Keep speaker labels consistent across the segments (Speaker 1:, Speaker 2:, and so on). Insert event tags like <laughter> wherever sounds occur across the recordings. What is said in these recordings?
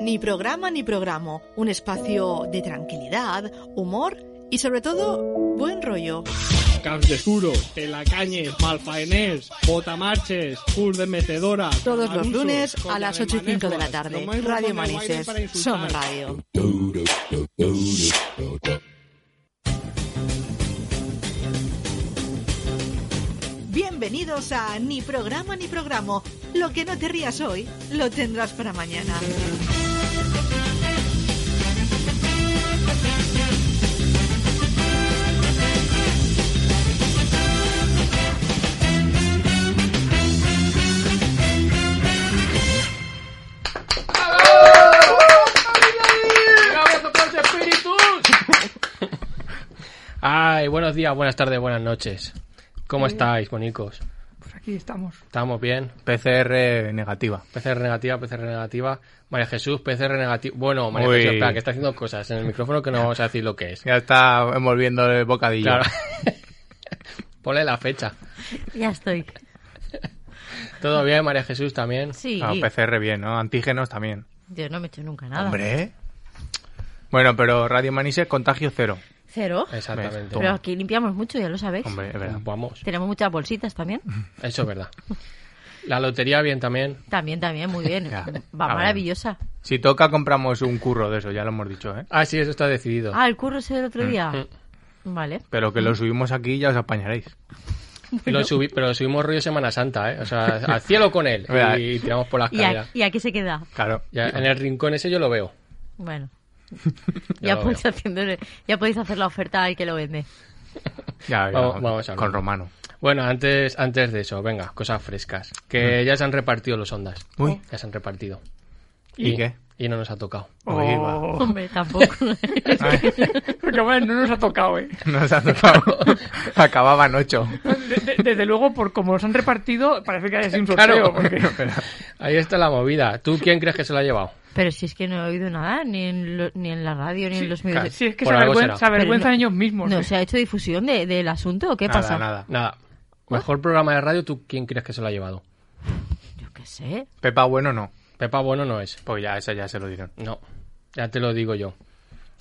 Speaker 1: Ni programa ni programa, un espacio de tranquilidad, humor y sobre todo buen rollo.
Speaker 2: Camps de Suro, Telacañes, Malfaenés, Botamarches, Curs de Mecedora.
Speaker 1: Todos los lunes a las 8 y 5 de la tarde. Radio Manises, Son Radio. Bienvenidos a Ni programa ni programa. Lo que no te rías hoy, lo tendrás para mañana.
Speaker 3: Ay, buenos días, buenas tardes, buenas noches. ¿Cómo estáis, bonicos?
Speaker 4: Pues aquí estamos.
Speaker 3: ¿Estamos bien?
Speaker 5: PCR negativa.
Speaker 3: PCR negativa, PCR negativa. María Jesús, PCR negativa. Bueno, María
Speaker 5: Uy.
Speaker 3: Jesús, espera, que está haciendo cosas en el micrófono que no vamos a decir lo
Speaker 5: <laughs>
Speaker 3: que es.
Speaker 5: Ya está envolviendo el bocadillo.
Speaker 3: Claro. <laughs> Ponle la fecha.
Speaker 6: Ya estoy.
Speaker 3: ¿Todo bien, María Jesús, también?
Speaker 6: Sí.
Speaker 5: Ah, PCR bien, ¿no? Antígenos también.
Speaker 6: Yo no me he hecho nunca nada.
Speaker 5: Hombre. Bueno, pero Radio Manises, contagio cero.
Speaker 6: Cero.
Speaker 3: Exactamente.
Speaker 6: Pero aquí limpiamos mucho, ya lo sabéis.
Speaker 5: Hombre, es verdad.
Speaker 3: Vamos,
Speaker 6: Tenemos muchas
Speaker 5: <laughs>
Speaker 6: bolsitas también.
Speaker 3: eso es verdad. La lotería bien también.
Speaker 6: También, también, muy bien.
Speaker 5: Ya.
Speaker 6: Va
Speaker 5: Ah,
Speaker 6: maravillosa.
Speaker 5: Si toca, compramos un curro de eso, ya lo hemos dicho, ¿eh?
Speaker 3: Ah, sí, eso está decidido.
Speaker 6: Ah, el curro ese del otro día.
Speaker 5: Mm,
Speaker 6: Vale.
Speaker 5: Pero que lo subimos aquí ya os apañaréis.
Speaker 3: Lo subí- pero lo subimos rollo Semana Santa, ¿eh? O sea, al cielo
Speaker 5: <laughs>
Speaker 3: con él.
Speaker 5: Verdad.
Speaker 3: Y tiramos por las
Speaker 6: ¿Y, a-
Speaker 3: escalera.
Speaker 6: y aquí se queda.
Speaker 5: Claro.
Speaker 3: Ya, en el rincón ese yo lo veo.
Speaker 5: <laughs>
Speaker 6: Bueno.
Speaker 3: Ya
Speaker 6: Ya,
Speaker 3: lo
Speaker 6: podéis
Speaker 3: veo.
Speaker 6: haciéndole- ya podéis hacer la oferta al que lo vende.
Speaker 5: Ya, ya,
Speaker 3: Vamos- vamos a hablar.
Speaker 5: con Romano.
Speaker 3: Bueno, antes, antes de eso, venga, cosas frescas. Que ya se han repartido los ondas.
Speaker 6: Oh,
Speaker 5: Uy.
Speaker 3: Ya se han repartido.
Speaker 5: ¿Y qué?
Speaker 3: Y no nos ha tocado.
Speaker 5: Uy, va.
Speaker 6: Hombre,
Speaker 5: <laughs>
Speaker 6: tampoco.
Speaker 4: Oh,
Speaker 6: <laughs>
Speaker 4: Porque bueno, no nos ha tocado, ¿eh?
Speaker 5: Nos ha tocado. Acababan ocho.
Speaker 4: De- de- desde luego, por como los han repartido, parece que ha sido un sorteo.
Speaker 5: <laughs>
Speaker 3: Claro.
Speaker 4: Porque...
Speaker 3: Ahí está la movida. ¿Tú quién crees que se lo ha llevado?
Speaker 6: Pero si es que no he oído nada, ni en, lo- ni en la radio, ni en los medios. de-
Speaker 4: Si es que se,
Speaker 3: Por algo
Speaker 4: avergüen-
Speaker 3: será.
Speaker 4: se
Speaker 6: Pero
Speaker 4: avergüenzan
Speaker 6: no-
Speaker 4: ellos mismos.
Speaker 6: No, ¿se ha hecho difusión de- del asunto o qué
Speaker 5: nada,
Speaker 6: pasa?
Speaker 5: nada.
Speaker 3: Nada. Mejor programa de radio, ¿tú quién crees que se lo ha llevado?
Speaker 6: Yo qué sé.
Speaker 5: Pepa Bueno no.
Speaker 3: Pepa Bueno no es.
Speaker 5: Pues ya, esa ya se lo dieron.
Speaker 3: No. Ya te lo digo yo.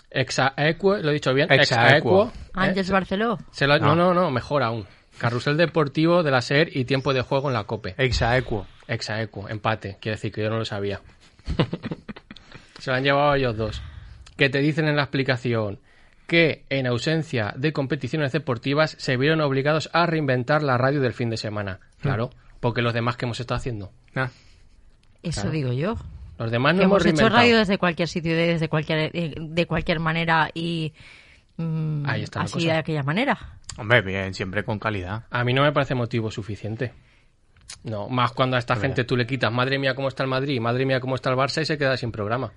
Speaker 3: Exaequo, ¿lo he dicho bien?
Speaker 5: Exaequo.
Speaker 3: Exaequo, ¿eh?
Speaker 6: Ángels Barceló.
Speaker 3: Se lo ha- no.
Speaker 5: No.
Speaker 3: no, no, mejor aún. Carrusel deportivo de la SER y tiempo de juego en la COPE.
Speaker 5: Exaequo.
Speaker 3: Exaequo, empate. Quiere decir que yo no lo sabía. <laughs> Se lo han llevado ellos dos. Que te dicen en la explicación que en ausencia de competiciones deportivas se vieron obligados a reinventar la radio del fin de semana.
Speaker 5: Hmm.
Speaker 3: Claro, porque los demás que hemos estado haciendo.
Speaker 5: Ah,
Speaker 6: Eso digo yo.
Speaker 3: Los demás no
Speaker 6: Que
Speaker 3: hemos,
Speaker 6: hemos hecho
Speaker 3: reinventado.
Speaker 6: radio desde cualquier sitio, desde cualquier, eh, de cualquier manera y mm,
Speaker 3: Ahí está la
Speaker 6: así
Speaker 3: cosa.
Speaker 6: de aquella manera.
Speaker 5: Hombre, bien, siempre con calidad.
Speaker 3: A mí no me parece motivo suficiente. No, más cuando a esta gente tú le quitas, madre mía, cómo está el Madrid, madre mía, cómo está el Barça y se queda sin programa.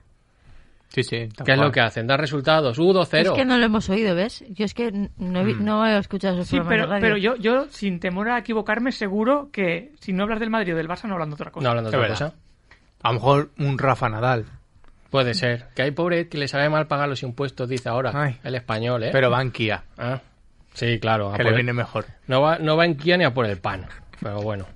Speaker 5: Sí, sí. tal
Speaker 3: ¿Qué es lo
Speaker 5: cual.
Speaker 3: que hacen? Dar resultados, Uh, u 2 0
Speaker 6: Es que no lo hemos oído, ¿ves? Yo es que n- no he,
Speaker 3: Mm.
Speaker 6: vi- no he escuchado esos
Speaker 4: Sí,
Speaker 6: programas
Speaker 4: pero,
Speaker 6: de radio.
Speaker 4: pero yo, yo, sin temor a equivocarme, seguro que si no hablas del Madrid o del Barça, no hablan de otra cosa.
Speaker 3: No hablando de
Speaker 5: Es
Speaker 3: otra
Speaker 5: verdad.
Speaker 3: cosa.
Speaker 5: A lo mejor un Rafa Nadal.
Speaker 3: Puede ser. Que hay pobre que le sabe mal pagar los impuestos, dice ahora.
Speaker 5: Ay.
Speaker 3: El español, ¿eh?
Speaker 5: Pero va en Kia,
Speaker 3: Ah, Sí, claro. a
Speaker 5: que
Speaker 3: por
Speaker 5: le
Speaker 3: el-
Speaker 5: viene mejor.
Speaker 3: no, va, no va en Kia ni a por el pan. Pero bueno.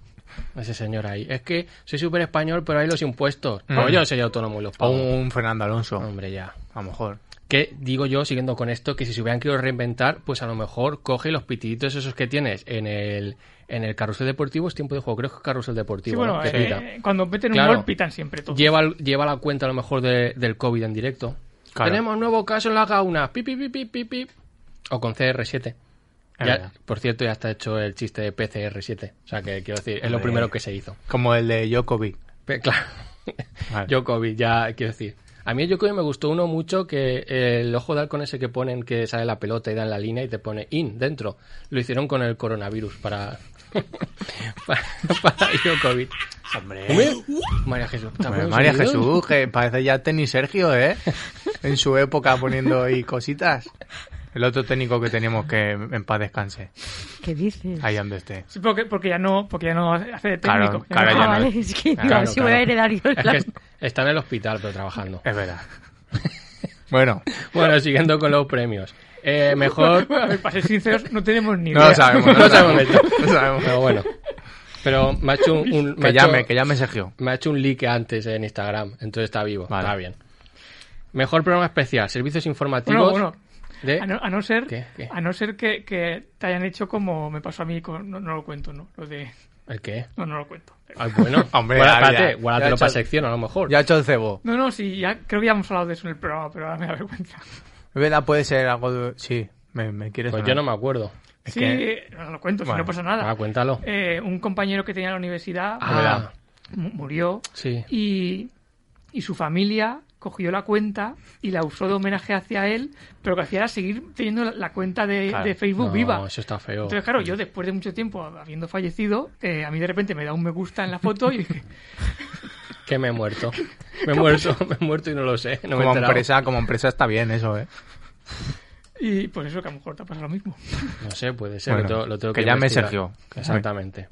Speaker 3: Ese señor ahí. Es que soy súper español, pero hay los impuestos.
Speaker 5: Mm.
Speaker 3: No, yo sería autónomo y los
Speaker 5: O
Speaker 3: pago.
Speaker 5: un Fernando Alonso,
Speaker 3: Hombre, ya.
Speaker 5: a lo mejor.
Speaker 3: Que digo yo, siguiendo con esto, que si se hubieran querido reinventar, pues a lo mejor coge los pitiditos esos que tienes en el, en el carrusel deportivo. Es tiempo de juego, creo que es carrusel deportivo.
Speaker 4: Sí, bueno,
Speaker 3: ¿no? Que
Speaker 4: eh,
Speaker 3: pita.
Speaker 4: eh, cuando meten
Speaker 3: Claro.
Speaker 4: un gol, pitan siempre todo.
Speaker 3: lleva, lleva la cuenta a lo mejor de- del COVID en directo.
Speaker 5: Claro.
Speaker 3: Tenemos nuevo caso en la gauna. Pip, pip, pip, pip, pip, pip. O con CR7.
Speaker 5: Es
Speaker 3: Ya-
Speaker 5: verdad.
Speaker 3: por cierto, ya está hecho el chiste de PCR7. O sea, que quiero decir, es lo
Speaker 5: Hombre.
Speaker 3: primero que se hizo.
Speaker 5: Como el de Djokovic.
Speaker 3: Pe- <laughs> claro.
Speaker 5: Vale.
Speaker 3: Yo COVID, ya quiero decir. A mí yo COVID me gustó uno mucho que eh, el ojo de halcón ese que ponen que sale la pelota y dan la línea y te pone in dentro. Lo hicieron con el coronavirus para... <laughs> para, para Djokovic. Hombre. María Jesús. ¿te has
Speaker 5: Hombre,
Speaker 3: puesto
Speaker 5: María
Speaker 3: sonido?
Speaker 5: Jesús, que parece ya tenis Sergio, <laughs> ¿eh? En su época poniendo ahí cositas. El otro técnico que tenemos que en paz descanse,
Speaker 6: ¿Qué dices?
Speaker 5: ahí donde esté.
Speaker 4: Sí, porque, porque ya no, porque ya no hace de
Speaker 5: Claro,
Speaker 4: técnico.
Speaker 5: claro,
Speaker 4: no-
Speaker 5: ya
Speaker 6: ah,
Speaker 5: no-
Speaker 4: <laughs>
Speaker 6: vale, es que
Speaker 5: Claro,
Speaker 6: no,
Speaker 3: Claro,
Speaker 6: si voy a
Speaker 3: claro.
Speaker 6: heredar yo el
Speaker 3: Es
Speaker 6: plan.
Speaker 3: que está en el hospital, pero trabajando.
Speaker 5: Es verdad. Bueno,
Speaker 3: Bueno, siguiendo con los premios. Eh, mejor.
Speaker 4: A ver, para ser sinceros, no tenemos ni
Speaker 5: <laughs>
Speaker 4: idea.
Speaker 5: no lo sabemos.
Speaker 3: No
Speaker 5: No,
Speaker 3: sabemos
Speaker 5: No lo sabemos.
Speaker 3: Pero bueno. Pero me ha hecho un... un- me
Speaker 5: Que
Speaker 3: ha
Speaker 5: llame,
Speaker 3: hecho-
Speaker 5: que llame Sergio.
Speaker 3: Me ha hecho un like antes en Instagram, entonces está vivo,
Speaker 5: Vale.
Speaker 3: está bien. Mejor programa especial, servicios informativos
Speaker 4: Bueno, bueno.
Speaker 3: de...
Speaker 4: A no, a no ser,
Speaker 3: ¿Qué? ¿Qué?
Speaker 4: A no ser que, que te hayan hecho como me pasó a mí, con- no, no lo cuento, ¿no? Lo de,
Speaker 3: ¿El qué?
Speaker 4: no, no lo cuento.
Speaker 3: Ay, bueno,
Speaker 5: <laughs> Hombre,
Speaker 3: Guarda-
Speaker 5: ahora ya.
Speaker 3: espérate,
Speaker 5: Ya
Speaker 3: guárdatelo
Speaker 5: he hecho-
Speaker 3: para sección a lo mejor.
Speaker 5: Ya ha hecho el cebo.
Speaker 4: No, no, sí, ya, creo que ya hemos hablado de eso en el programa, pero ahora me da vergüenza.
Speaker 5: Es verdad, puede ser algo de... Sí, me, me quieres...
Speaker 3: Pues
Speaker 5: sonar.
Speaker 3: yo no me acuerdo.
Speaker 4: sí,
Speaker 5: que-
Speaker 4: no, no lo cuento, si
Speaker 5: Bueno,
Speaker 4: no pasa nada.
Speaker 3: Ah, cuéntalo.
Speaker 4: Eh, un compañero que tenía en la universidad
Speaker 3: Ah,
Speaker 5: verdad.
Speaker 4: mu- murió
Speaker 3: sí.
Speaker 4: y, y su familia cogió la cuenta y la usó de homenaje hacia él, pero que hacía era seguir teniendo la, la cuenta de,
Speaker 5: Claro.
Speaker 4: de Facebook
Speaker 3: No,
Speaker 4: viva.
Speaker 3: eso está feo.
Speaker 4: Entonces, claro, yo después de mucho tiempo habiendo fallecido, eh, a mí de repente me da un me gusta en la foto y dije, <laughs>
Speaker 3: Que me he muerto. Me he muerto, <laughs> me he muerto y no lo sé. No me he
Speaker 5: como,
Speaker 3: enterado.
Speaker 5: empresa, como empresa está bien eso, ¿eh?
Speaker 4: Y por eso que a lo mejor te pasa lo mismo.
Speaker 3: No sé, puede ser.
Speaker 5: Bueno,
Speaker 3: lo tengo- lo tengo que,
Speaker 5: que llame
Speaker 3: investigar.
Speaker 5: Sergio.
Speaker 3: <laughs> Exactamente.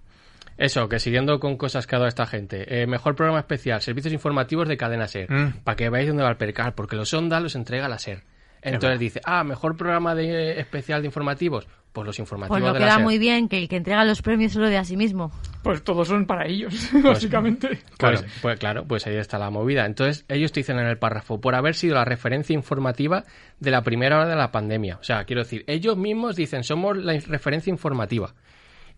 Speaker 3: Eso, que siguiendo con cosas que ha dado esta gente. eh, mejor programa especial, servicios informativos de Cadena Ser.
Speaker 5: Mm.
Speaker 3: Para que veáis dónde va el percal, porque los Onda los entrega la Ser. Entonces dice, ah, mejor programa de, eh, especial de informativos. Pues los informativos
Speaker 6: Pues no
Speaker 3: de la
Speaker 6: queda
Speaker 3: SER.
Speaker 6: muy bien que el que entrega los premios solo de a sí mismo.
Speaker 4: Pues todos son para ellos, <laughs> básicamente.
Speaker 3: Pues,
Speaker 5: Claro.
Speaker 3: pues claro, pues ahí está la movida. Entonces, ellos te dicen en el párrafo, por haber sido la referencia informativa de la primera hora de la pandemia. O sea, quiero decir, ellos mismos dicen, somos la referencia informativa.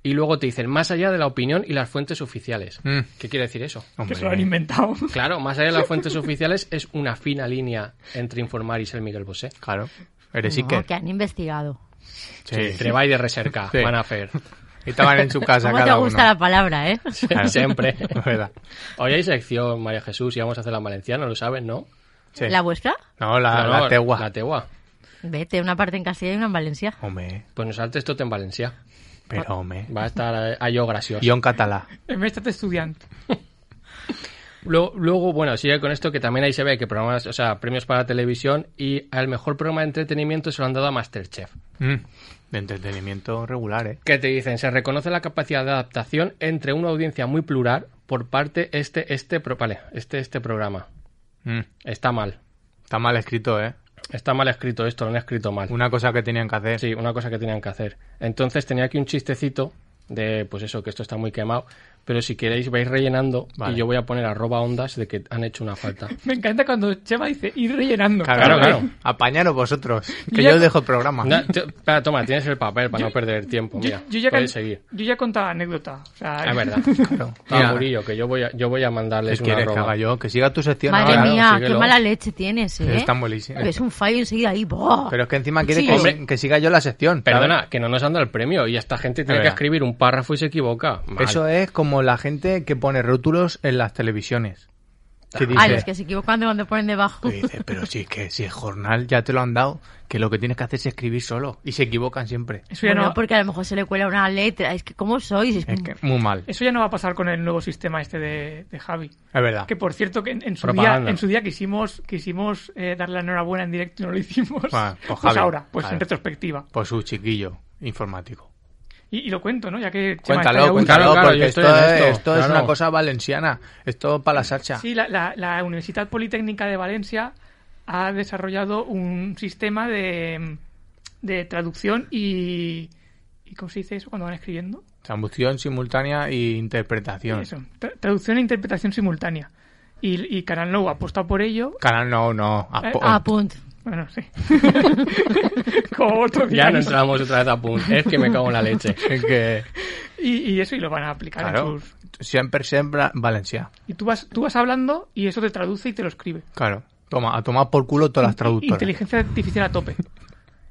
Speaker 3: Y luego te dicen, más allá de la opinión y las fuentes oficiales.
Speaker 5: Mm.
Speaker 3: ¿Qué quiere decir eso?
Speaker 5: Hombre.
Speaker 4: Que se lo han inventado.
Speaker 3: Claro, más allá de las fuentes oficiales es una fina línea entre informar y ser Miguel Bosé.
Speaker 5: Claro. Eres
Speaker 6: No,
Speaker 5: Iker.
Speaker 6: que han investigado.
Speaker 5: Sí.
Speaker 3: Treball de recerca,
Speaker 5: Sí.
Speaker 3: van a hacer.
Speaker 5: Y estaban en su casa
Speaker 6: ¿Cómo te
Speaker 5: cada
Speaker 6: gusta
Speaker 5: <laughs>
Speaker 6: la
Speaker 5: uno.
Speaker 6: palabra, eh?
Speaker 5: Claro.
Speaker 3: <laughs> Siempre.
Speaker 5: Es verdad.
Speaker 3: Hoy hay sección, María Jesús, y vamos a hacer la valenciana, lo sabes, ¿no?
Speaker 5: Sí.
Speaker 6: ¿La vuestra?
Speaker 5: No, la,
Speaker 3: No,
Speaker 5: Ah, la
Speaker 3: no,
Speaker 5: tegua.
Speaker 3: La tegua.
Speaker 6: Vete, una parte en Castilla y una en Valencia.
Speaker 5: Hombre,
Speaker 3: Pues nos saltes tot en Valencia.
Speaker 5: pero hombre.
Speaker 3: Va a estar eh, a yo gracioso.
Speaker 5: Guión catalá.
Speaker 4: En vez de estar estudiante.
Speaker 3: Luego, luego, bueno, sigue con esto que también ahí se ve que programas, o sea, premios para televisión y al mejor programa de entretenimiento se lo han dado a Masterchef.
Speaker 5: Mm. De entretenimiento regular, ¿eh?
Speaker 3: Que te dicen, se reconoce la capacidad de adaptación entre una audiencia muy plural por parte este, este, pro- vale, este, este programa.
Speaker 5: Mm.
Speaker 3: Está mal.
Speaker 5: Está mal escrito, ¿eh?
Speaker 3: Está mal escrito esto, lo han escrito mal.
Speaker 5: Una cosa que tenían que hacer.
Speaker 3: Sí, una cosa que tenían que hacer. Entonces tenía aquí un chistecito de, pues eso, que esto está muy quemado, pero si queréis vais rellenando
Speaker 5: Vale.
Speaker 3: y yo voy a poner arroba ondas de que han hecho una falta.
Speaker 4: Me encanta cuando Chema dice ir rellenando.
Speaker 3: Claro, claro.
Speaker 5: Apañaros vosotros, que
Speaker 4: Ya-
Speaker 5: yo dejo el programa.
Speaker 3: No, te- espera, toma, tienes el papel para no perder tiempo.
Speaker 4: Yo,
Speaker 3: Mira,
Speaker 4: yo ya
Speaker 3: puedes
Speaker 4: can-
Speaker 3: seguir.
Speaker 4: yo ya contaba anécdota. O sea,
Speaker 3: Es
Speaker 5: <laughs>
Speaker 3: verdad. Toma,
Speaker 5: Mira,
Speaker 3: Murillo, que yo voy a, yo voy a mandarles
Speaker 5: ¿qué
Speaker 3: una
Speaker 5: quieres que
Speaker 3: arroba.
Speaker 5: haga yo? Que siga tu sección.
Speaker 6: Madre
Speaker 5: ahora.
Speaker 3: claro,
Speaker 6: mía, qué
Speaker 3: síguelo.
Speaker 6: mala leche tienes, eh.
Speaker 5: Están buenísimos.
Speaker 6: Es un fallo enseguida ahí. ¡boh!
Speaker 5: Pero es que encima quiere
Speaker 6: Sí.
Speaker 5: que,
Speaker 3: Hombre.
Speaker 5: que siga yo la sección. ¿sabes?
Speaker 3: Perdona, que no nos han dado el premio y esta gente tiene que
Speaker 5: verdad.
Speaker 3: escribir un párrafo y se equivoca. Mal.
Speaker 5: Eso es como la gente que pone rótulos en las televisiones. Que
Speaker 6: Ah,
Speaker 5: dice-
Speaker 6: los que se equivocan de cuando ponen debajo.
Speaker 5: que dice, pero sí, que si el jornal ya te lo han dado, que lo que tienes que hacer es escribir solo. Y se equivocan siempre.
Speaker 4: Eso ya,
Speaker 6: Bueno,
Speaker 4: no,
Speaker 6: porque a lo mejor se le cuela una letra. Es que, ¿cómo sois? Es
Speaker 5: Es que muy mal.
Speaker 4: eso ya no va a pasar con el nuevo sistema este de, de Javi.
Speaker 5: Es verdad.
Speaker 4: Que por cierto, que en, en su, día,
Speaker 3: Ah. Propaganda.
Speaker 4: en su día quisimos, quisimos eh, darle la enhorabuena en directo y no lo hicimos. <laughs>
Speaker 5: Ah, pues
Speaker 4: pues
Speaker 5: Javi,
Speaker 4: ahora, pues
Speaker 5: claro.
Speaker 4: en retrospectiva.
Speaker 5: Por su chiquillo informático.
Speaker 4: Y, y lo cuento, ¿no? Ya que Chema está
Speaker 5: Cuéntalo,
Speaker 4: ya último.
Speaker 5: cuéntalo,
Speaker 3: Claro, claro, yo
Speaker 5: porque esto,
Speaker 3: estoy en esto,
Speaker 5: es- esto es
Speaker 3: claro.
Speaker 5: una cosa valenciana. Esto para la sarcha.
Speaker 4: Sí, la, la- la Universidad Politécnica de Valencia ha desarrollado un sistema de, de traducción y, y. ¿Cómo se dice eso cuando van escribiendo?
Speaker 5: Traducción simultánea e interpretación.
Speaker 4: Eso, tra- traducción e interpretación simultánea. Y, y Canal Nou ha apostado por ello.
Speaker 5: Canal no, no.
Speaker 4: Eh,
Speaker 5: apo-
Speaker 6: Ah, punt.
Speaker 4: Bueno, sí. <laughs> Como otro día
Speaker 3: Ya no
Speaker 4: eso.
Speaker 3: entramos otra vez a punto. Es que me cago en la leche.
Speaker 5: <laughs> Es que,
Speaker 4: y, y eso, y lo van a aplicar
Speaker 5: claro,
Speaker 4: en sus...
Speaker 5: siempre, siempre Valencia.
Speaker 4: Y tú vas, tú vas hablando y eso te traduce y te lo escribe.
Speaker 5: Claro. Toma, a tomar por culo todas
Speaker 4: <laughs>
Speaker 5: las traductoras.
Speaker 4: Inteligencia artificial a tope.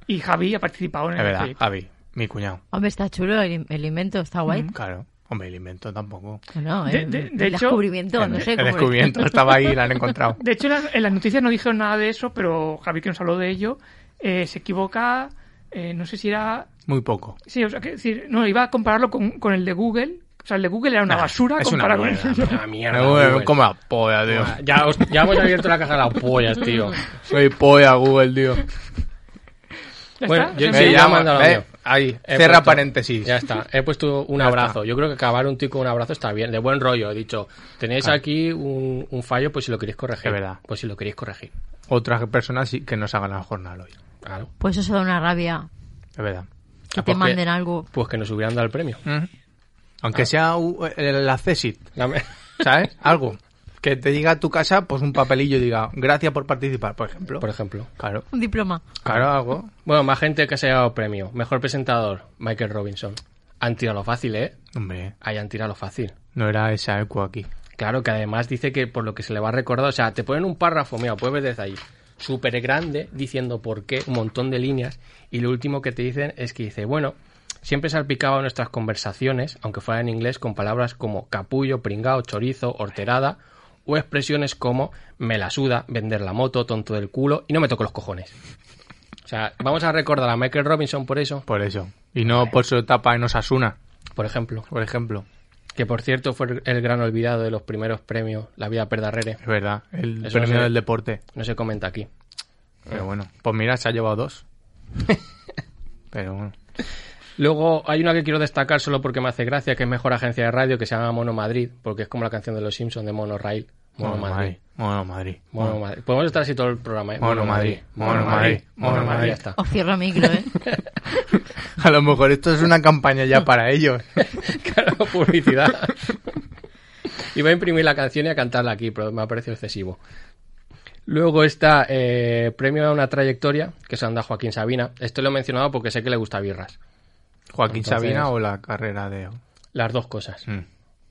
Speaker 4: Y Javi ha participado en
Speaker 3: Eh,
Speaker 5: Es
Speaker 4: el
Speaker 5: verdad,
Speaker 4: proyecto.
Speaker 5: Javi, mi cuñado.
Speaker 6: Hombre, está chulo el, in- el invento, está guay.
Speaker 5: Claro. Hombre, el invento tampoco.
Speaker 6: Bueno,
Speaker 4: De-
Speaker 6: el,
Speaker 4: de- de
Speaker 6: el
Speaker 4: hecho-
Speaker 6: descubrimiento,
Speaker 5: el,
Speaker 6: no sé
Speaker 5: el
Speaker 6: cómo es.
Speaker 5: descubrimiento estaba ahí y la han encontrado.
Speaker 4: De hecho, en las, en las noticias no dijeron nada de eso, pero Javi, que nos habló de ello, eh, se equivoca. eh, no sé si era.
Speaker 5: Muy poco.
Speaker 4: Sí, o sea, que decir, no, iba a compararlo con, con el de Google. O sea, el de Google era una
Speaker 5: Nah,
Speaker 4: basura
Speaker 5: Ah, es una
Speaker 4: comparado con el
Speaker 5: mierda,
Speaker 4: suyo.
Speaker 3: Una mierda.
Speaker 5: Eh,
Speaker 3: Google.
Speaker 5: como la polla, tío.
Speaker 3: Ah, Ya, os- ya hemos abierto la caja de las pollas, tío.
Speaker 5: Soy polla, Google, tío.
Speaker 4: <laughs> ¿Ya
Speaker 3: Bueno,
Speaker 4: está?
Speaker 3: yo-
Speaker 4: O sea,
Speaker 5: Me
Speaker 3: sí, ya
Speaker 4: me-
Speaker 3: he
Speaker 5: llama,
Speaker 3: mandado
Speaker 5: ¿ves?
Speaker 3: audio.
Speaker 5: Ahí,
Speaker 3: He
Speaker 5: cerra
Speaker 3: puesto-
Speaker 5: paréntesis.
Speaker 3: Ya está, he puesto un
Speaker 5: Ya
Speaker 3: abrazo.
Speaker 5: está.
Speaker 3: Yo creo que acabar un tío con un abrazo está bien, de buen rollo. He dicho, tenéis aquí un, un fallo, pues si lo queréis corregir.
Speaker 5: Es verdad.
Speaker 3: Pues si lo queréis corregir.
Speaker 5: Otras personas sí que nos hagan la jornal hoy.
Speaker 3: Claro.
Speaker 6: Pues eso da una rabia.
Speaker 5: Es verdad.
Speaker 6: Que
Speaker 3: Ah, pues
Speaker 6: te manden algo.
Speaker 3: Pues que nos hubieran dado el premio.
Speaker 5: Mm. Aunque sea u- el- la CESIT,
Speaker 3: La me-
Speaker 5: ¿sabes? Algo. Que te llegue a tu casa, pues un papelillo y diga, gracias por participar, por ejemplo.
Speaker 3: <laughs> Por ejemplo.
Speaker 5: Claro,
Speaker 6: Un diploma.
Speaker 5: claro, algo.
Speaker 3: Bueno, más gente que se ha llevado premio. Mejor presentador, Michael Robinson. Han tirado lo fácil, ¿eh?
Speaker 5: Hombre,
Speaker 3: Ahí han tirado lo fácil.
Speaker 5: no era esa eco aquí.
Speaker 3: Claro, que además dice que por lo que se le va a recordar, o sea, te ponen un párrafo, mira, puedes ver desde ahí, súper grande, diciendo por qué, un montón de líneas, y lo último que te dicen es que dice, bueno, siempre salpicaba nuestras conversaciones, aunque fuera en inglés, con palabras como capullo, pringao, chorizo, horterada, o expresiones como me la suda, vender la moto, tonto del culo, y no me toco los cojones. O sea, vamos a recordar a Michael Robinson por eso,
Speaker 5: Por eso. Y no por su etapa en Osasuna,
Speaker 3: por ejemplo,
Speaker 5: por ejemplo.
Speaker 3: que por cierto fue el gran olvidado de los primeros premios, la vida perdarrere,
Speaker 5: Es verdad, el
Speaker 3: Eso
Speaker 5: premio
Speaker 3: sí.
Speaker 5: del deporte.
Speaker 3: no se comenta aquí.
Speaker 5: Pero bueno, pues mira, se ha llevado <laughs> dos. Pero bueno.
Speaker 3: Luego hay una que quiero destacar solo porque me hace gracia, que es mejor agencia de radio, que se llama Mono Madrid, porque es como la canción de los Simpsons de Mono Rail. Mono Madrid.
Speaker 5: Mono Madrid.
Speaker 3: Mono Madrid. Podemos estar así todo el programa, ¿eh?
Speaker 5: Mono Madrid, Mono Madrid, Mono Madrid.
Speaker 3: Ya está. <laughs>
Speaker 6: Os cierro
Speaker 5: <laughs>
Speaker 6: micro, ¿eh?
Speaker 5: A lo mejor esto es una campaña ya para <laughs> ellos.
Speaker 3: Claro, publicidad. Iba a imprimir la canción y a cantarla aquí, pero me ha parecido excesivo. Luego está eh, Premio a una trayectoria, que se anda Joaquín Sabina. Esto lo he mencionado porque sé que le gusta birras.
Speaker 5: Joaquín
Speaker 3: Entonces-
Speaker 5: Sabina o la carrera de...
Speaker 3: Las dos cosas.
Speaker 5: Mm.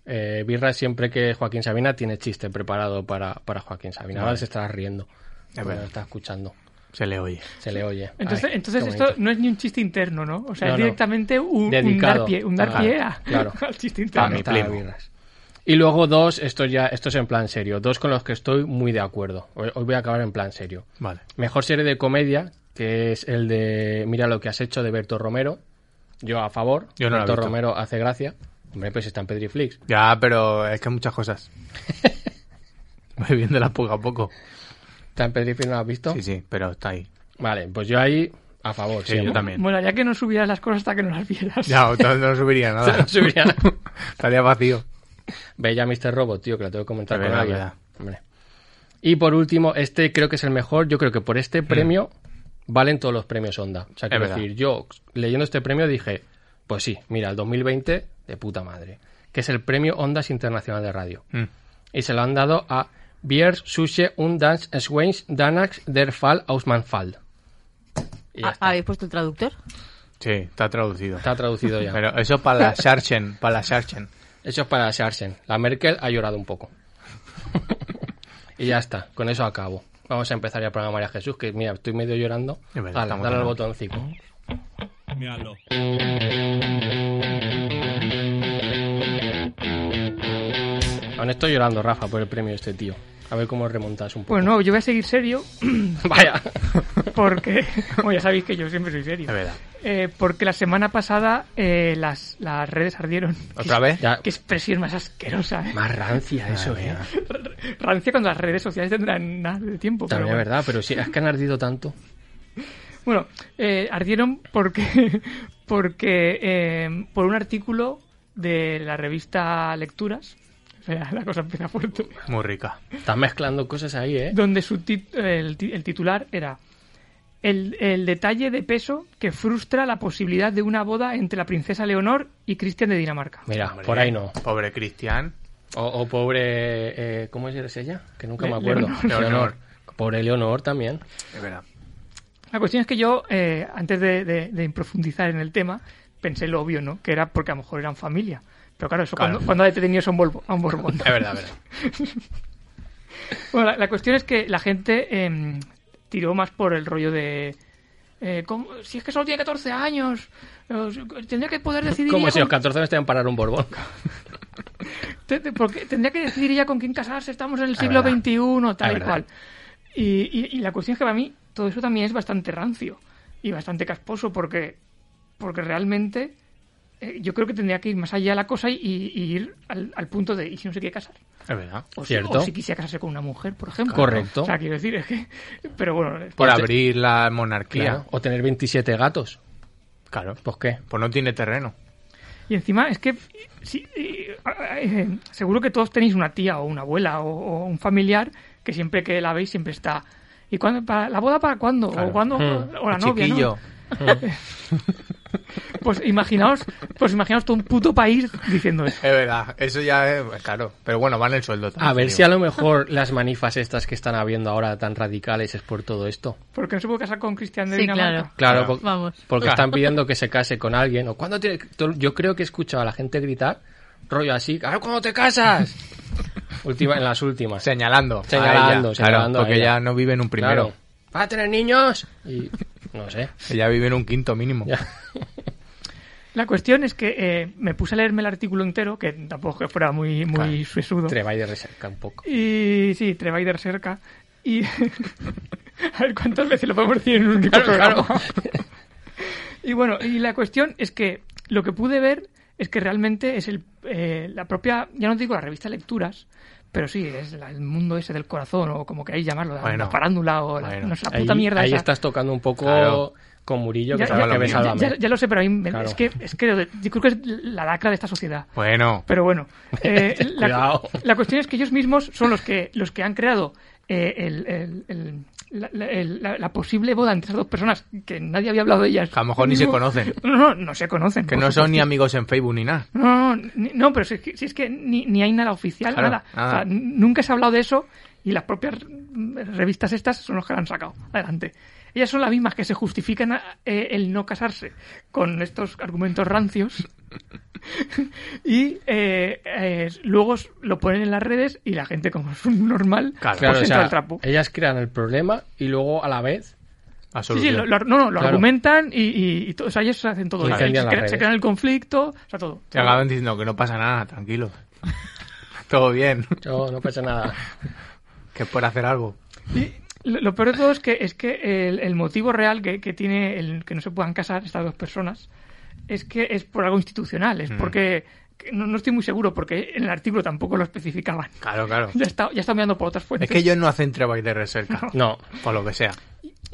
Speaker 3: Eh, birra siempre que Joaquín Sabina tiene chiste preparado para, para Joaquín Sabina. Ahora se estará riendo. porque
Speaker 5: verdad.
Speaker 3: lo está escuchando.
Speaker 5: Se le oye.
Speaker 3: Se le oye.
Speaker 4: Entonces,
Speaker 3: Ay,
Speaker 4: entonces
Speaker 3: qué
Speaker 4: esto
Speaker 3: bonito.
Speaker 4: no es ni un chiste interno, ¿no? O sea,
Speaker 3: No,
Speaker 4: es
Speaker 3: no.
Speaker 4: directamente un, un
Speaker 3: Dedicado.
Speaker 4: dar pie, un dar
Speaker 3: Claro,
Speaker 4: pie a-
Speaker 3: claro.
Speaker 4: <laughs> al chiste
Speaker 3: Para
Speaker 4: interno.
Speaker 5: mi
Speaker 3: mí está
Speaker 5: primo.
Speaker 3: birras. Y luego dos, esto ya, esto es en plan serio. Dos con los que estoy muy de acuerdo. Hoy, hoy voy a acabar en plan serio.
Speaker 5: Vale.
Speaker 3: Mejor serie de comedia, que es el de Mira lo que has hecho de Berto Romero. Yo a favor.
Speaker 5: Yo no la he
Speaker 3: Berto
Speaker 5: visto.
Speaker 3: Romero hace gracia. Hombre, pues está en Pedriflix.
Speaker 5: Ya, pero es que hay muchas <laughs> cosas. Voy viéndolas poco a poco.
Speaker 3: ¿Está en Pedriflix? ¿No la has visto?
Speaker 5: Sí, sí, pero está ahí.
Speaker 3: Vale, pues yo ahí a favor.
Speaker 5: Sí, yo también.
Speaker 4: Bueno, ya que no subieras las cosas hasta que no las vieras.
Speaker 5: Ya, entonces no subiría <laughs>
Speaker 3: <laughs>
Speaker 5: nada.
Speaker 3: Subiría.
Speaker 5: Estaría vacío.
Speaker 3: Bella Mr. Robot, tío, que la tengo que comentar
Speaker 5: Es
Speaker 3: con
Speaker 5: verdad,
Speaker 3: alguien.
Speaker 5: verdad.
Speaker 3: Hombre. Y por último, este creo que es el mejor. Yo creo que por este premio valen todos los premios Onda. O sea, quiero
Speaker 5: Mm. verdad.
Speaker 3: decir, yo leyendo este premio dije, pues sí, mira, el 2020 de puta madre, que es el premio Ondas Internacional de Radio.
Speaker 5: Mm.
Speaker 3: Y se lo han dado a Biers, Suche, Undans, Schweins, Danax, Der Fall, Ausmanfall. Y ya
Speaker 6: ¿Ha-
Speaker 3: está.
Speaker 6: ¿Habéis puesto el traductor?
Speaker 5: Sí, está traducido.
Speaker 3: Está traducido
Speaker 5: <laughs>
Speaker 3: ya.
Speaker 5: Pero eso para la Sarchen, para la Sarchen.
Speaker 3: Eso es para Sarsen. La Merkel ha llorado
Speaker 5: <laughs>
Speaker 3: un poco. y ya está, con eso acabo. Vamos a empezar ya el programa María Jesús, que mira, estoy medio llorando.
Speaker 5: Es verdad,
Speaker 3: Ala,
Speaker 5: estamos
Speaker 3: dale al
Speaker 5: llorando.
Speaker 3: botoncito.
Speaker 2: Míralo.
Speaker 3: Aún estoy llorando, Rafa, por el premio de este tío. A ver cómo remontas un poco.
Speaker 4: Pues no, yo voy a seguir serio <laughs>
Speaker 3: <laughs> Vaya.
Speaker 4: porque, bueno, ya sabéis que yo siempre soy serio.
Speaker 5: Es verdad.
Speaker 4: Eh, porque la semana pasada eh, las, las redes ardieron.
Speaker 5: ¿Otra vez?
Speaker 3: Ya,
Speaker 4: Qué expresión más asquerosa. ¿eh?
Speaker 3: más rancia eso, eh.
Speaker 4: Rancia cuando las redes sociales tendrán nada de tiempo. pero
Speaker 3: También es
Speaker 4: bueno.
Speaker 3: verdad, pero sí, es que han ardido tanto.
Speaker 4: Bueno, eh, ardieron porque, <laughs> porque eh, por un artículo de la revista Lecturas, <laughs> o sea, la cosa empieza fuerte,
Speaker 5: Muy rica.
Speaker 3: Estás mezclando cosas ahí, eh.
Speaker 4: donde su tit- el, ti- el titular era el, el detalle de peso que frustra la posibilidad de una boda entre la princesa Leonor y Cristian de Dinamarca.
Speaker 3: Mira,
Speaker 5: Hombre,
Speaker 3: Ah, por ahí no.
Speaker 5: Pobre Cristian.
Speaker 3: O, o pobre. eh, ¿Cómo es ella? Que nunca me
Speaker 4: Le-
Speaker 3: acuerdo.
Speaker 4: Leonor.
Speaker 5: Leonor.
Speaker 3: Pobre Leonor también.
Speaker 5: Es verdad.
Speaker 4: La cuestión es que yo, eh, antes de, de- de profundizar en el tema, pensé lo obvio, ¿no? Que era porque a lo mejor eran familia. Pero claro, eso
Speaker 5: Claro.
Speaker 4: Cuando, cuando ha detenido eso a un Borbón- a un Borbón.
Speaker 5: Es verdad, es verdad.
Speaker 4: Bueno, la, la cuestión es que la gente em, tiró más por el rollo de. eh, ¿cómo- Si es que solo tiene 14 años, os- tendría que poder decidir.
Speaker 3: Como
Speaker 4: ella
Speaker 3: si los
Speaker 4: con-
Speaker 3: 14 años te iban a parar un borbón.
Speaker 4: te- te- porque tendría que decidir ella con quién casarse, estamos en el
Speaker 3: Es
Speaker 4: siglo
Speaker 3: verdad.
Speaker 4: XXI,
Speaker 3: Es
Speaker 4: tal y
Speaker 3: verdad.
Speaker 4: cual. Y, y- y la cuestión es que para mí todo eso también es bastante rancio y bastante casposo porque, porque realmente eh, yo creo que tendría que ir más allá la cosa y, y ir al, al punto de, ¿y si no se quiere casar?
Speaker 5: Es verdad.
Speaker 4: O, Si,
Speaker 3: Cierto.
Speaker 4: o si quisiera casarse con una mujer, por ejemplo.
Speaker 3: Correcto.
Speaker 4: O sea, quiero decir, es que... Pero bueno,
Speaker 5: Por
Speaker 3: Este-
Speaker 5: abrir la monarquía.
Speaker 3: Claro. O tener 27 gatos.
Speaker 5: Claro.
Speaker 3: ¿Pues qué?
Speaker 5: Pues no tiene terreno.
Speaker 4: Y encima es que sí, eh, eh, seguro que todos tenéis una tía o una abuela o, o un familiar que siempre que la veis siempre está. ¿Y cuándo? Para, ¿La boda para cuándo? ¿O cuándo?
Speaker 3: Mm.
Speaker 4: ¿O
Speaker 5: Hmm.
Speaker 4: la
Speaker 5: El
Speaker 4: novia?
Speaker 5: Chiquillo.
Speaker 4: ¿no? Pues imaginaos, pues imaginaos todo un puto país diciendo eso.
Speaker 5: Es verdad, eso ya es caro. Pero bueno, van el sueldo. también,
Speaker 3: A ver
Speaker 5: Pues digo.
Speaker 3: si a lo mejor <laughs> las manifas estas que están habiendo ahora tan radicales es por todo esto.
Speaker 4: Porque no se puede casar con Cristian de
Speaker 6: Sí,
Speaker 4: Dinamarca.
Speaker 3: Claro,
Speaker 5: Claro.
Speaker 3: po-
Speaker 6: Vamos.
Speaker 3: porque
Speaker 5: Claro.
Speaker 3: están pidiendo que se case con alguien. o cuando tiene... to- Yo creo que he escuchado a la gente gritar rollo así, ¡Ah, cuando te casas! Última, en las últimas.
Speaker 5: Señalando. a
Speaker 3: Señalando,
Speaker 5: ella.
Speaker 3: señalando a
Speaker 5: Claro, porque
Speaker 3: ella.
Speaker 5: ya no vive en un primero.
Speaker 3: Claro. ¿Va a tener niños? Y no sé. <laughs>
Speaker 5: Ella vive en un quinto mínimo.
Speaker 3: Ya.
Speaker 4: La cuestión es que eh, me puse a leerme el artículo entero, que tampoco que fuera muy, muy
Speaker 5: Claro.
Speaker 4: sesudo.
Speaker 3: Trebay de recerca un
Speaker 4: <laughs>
Speaker 3: poco.
Speaker 4: Y sí, Trevider cerca. Y <laughs> a ver cuántas veces lo podemos decir en un único programa. y bueno, y la cuestión es que lo que pude ver es que realmente es el, eh, la propia, ya no digo la revista Lecturas, pero sí, es la- el mundo ese del corazón, o como queráis llamarlo, la,
Speaker 5: Bueno.
Speaker 4: la farándula, o la,
Speaker 5: Bueno.
Speaker 4: no sé, la
Speaker 3: Ahí,
Speaker 4: puta mierda
Speaker 3: ahí
Speaker 4: esa.
Speaker 3: estás tocando un poco
Speaker 5: Claro.
Speaker 3: con Murillo, que
Speaker 4: Ya,
Speaker 3: sabe
Speaker 5: ya-
Speaker 3: que ves
Speaker 5: ya-
Speaker 3: a
Speaker 4: Ya,
Speaker 3: Dame.
Speaker 4: ya- ya lo sé, pero a mí me-
Speaker 3: Claro.
Speaker 4: es que, es que yo creo que es la lacra de esta sociedad.
Speaker 5: Bueno, <laughs>
Speaker 4: Pero bueno, eh, la,
Speaker 3: Cuidado.
Speaker 4: la cuestión es que ellos mismos son los que los que han creado eh, el- el- el- la, la- el- la- la posible boda entre esas dos personas que nadie había hablado de ellas.
Speaker 5: a lo mejor ni se conocen.
Speaker 4: No, no, no se conocen.
Speaker 5: Que
Speaker 4: por
Speaker 5: no son ni
Speaker 4: supuesto.
Speaker 5: amigos en Facebook ni nada.
Speaker 4: No, no, ni- no, pero si es que, si es que ni, ni hay nada oficial,
Speaker 5: Claro,
Speaker 4: nada.
Speaker 5: nada.
Speaker 4: O sea, n- nunca se ha hablado de eso y las propias mm, revistas estas son los que la han sacado. Adelante. Ellas son las mismas que se justifican a- eh, el no casarse con estos argumentos rancios <laughs> y eh, eh, luego s- lo ponen en las redes y la gente, como es un normal,
Speaker 5: Claro.
Speaker 4: pues
Speaker 3: Claro, o
Speaker 4: entra
Speaker 3: sea,
Speaker 4: al trapo.
Speaker 3: ellas crean el problema y luego a la vez
Speaker 5: A
Speaker 4: Sí, sí,
Speaker 5: solución.
Speaker 4: lo, lo- no, no, lo
Speaker 3: Claro.
Speaker 4: argumentan y, y, y todo, o sea, ellos hacen todo.
Speaker 3: Y
Speaker 4: eso. Se,
Speaker 3: incendian las
Speaker 4: crean, se
Speaker 3: redes.
Speaker 4: crean el conflicto, o sea, todo.
Speaker 5: Te acaban diciendo que no pasa nada, tranquilo. <laughs> Todo bien.
Speaker 3: yo no pasa nada.
Speaker 5: Que es por hacer algo.
Speaker 4: Y lo, lo peor de todo es que, es que el, el motivo real que, que tiene el que no se puedan casar estas dos personas es que es por algo institucional,
Speaker 5: Mm.
Speaker 4: es porque que no, no estoy muy seguro, porque en el artículo tampoco lo especificaban. <laughs>
Speaker 5: Claro, claro.
Speaker 4: Ya está, ya está mirando por otras fuentes.
Speaker 5: Es que ellos no hacen trabajo de recerca.
Speaker 3: No,
Speaker 5: Por lo que sea.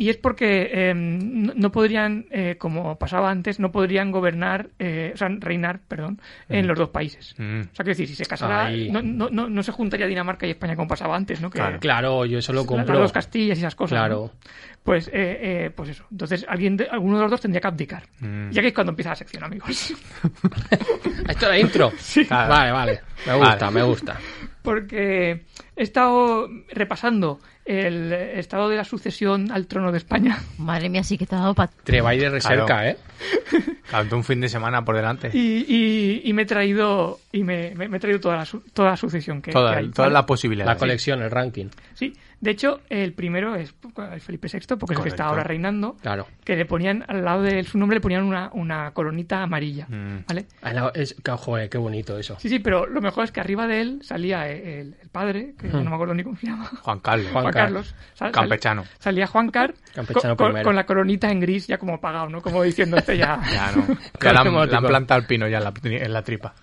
Speaker 4: Y es porque eh, no, no podrían, eh, como pasaba antes, no podrían gobernar, eh, o sea, reinar, perdón, en los dos países.
Speaker 5: Mm.
Speaker 4: O sea, quiero decir, si se casara,
Speaker 3: Ahí.
Speaker 4: no, no, no, no se juntaría Dinamarca y España como pasaba antes, ¿no? Que
Speaker 5: Claro.
Speaker 3: claro, yo eso lo
Speaker 4: las
Speaker 3: compro.
Speaker 4: dos Castillas y esas cosas. ¿no?
Speaker 3: Claro.
Speaker 4: Pues, eh, eh, pues eso. Entonces, alguien de- alguno de los dos tendría que abdicar.
Speaker 5: Mm.
Speaker 4: Ya que es cuando empieza la sección, amigos. <laughs>
Speaker 3: ¿Esto
Speaker 5: <laughs>
Speaker 3: era intro?
Speaker 5: Claro.
Speaker 3: Vale, vale. Me
Speaker 5: Vale.
Speaker 3: gusta, me gusta.
Speaker 4: Porque he estado repasando el estado de la sucesión al trono de España. <laughs>
Speaker 6: Madre mía, sí que te ha dado pa-
Speaker 3: Trebay de recerca,
Speaker 5: Claro.
Speaker 3: ¿eh?
Speaker 5: Tanto un fin de semana por delante.
Speaker 4: Y, y- y me he traído y me, me- me he traído toda la, su- toda la sucesión que,
Speaker 5: Toda-
Speaker 4: que hay,
Speaker 5: todas
Speaker 4: ¿vale?
Speaker 5: las posibilidades.
Speaker 3: La colección, el ranking.
Speaker 4: Sí. De hecho, el primero es Felipe VI, porque es el que
Speaker 5: Correcto.
Speaker 4: está ahora reinando.
Speaker 3: Claro.
Speaker 4: Que le ponían, al lado de su nombre, le ponían una, una coronita amarilla.
Speaker 5: Mm.
Speaker 4: ¿Vale?
Speaker 3: Ah, no, es, que, joder, qué bonito eso.
Speaker 4: Sí, sí, pero lo mejor es que arriba de él salía eh, el, el padre, que no me acuerdo ni cómo se llama.
Speaker 5: Juan Carlos.
Speaker 3: Hmm. Juan
Speaker 4: <laughs> Juan
Speaker 3: Carlos.
Speaker 4: Carlos. Sal- sal-
Speaker 5: Campechano.
Speaker 4: salía Juan Car
Speaker 3: Campechano
Speaker 4: con,
Speaker 3: primero.
Speaker 4: con la coronita en gris ya como pagado, ¿no? Como diciendo este
Speaker 3: <laughs>
Speaker 4: ya.
Speaker 5: Ya no. Ya
Speaker 3: Qué
Speaker 5: la, han-
Speaker 3: automático.
Speaker 5: la han plantado el pino ya en la, en la
Speaker 3: <laughs>
Speaker 5: tripa.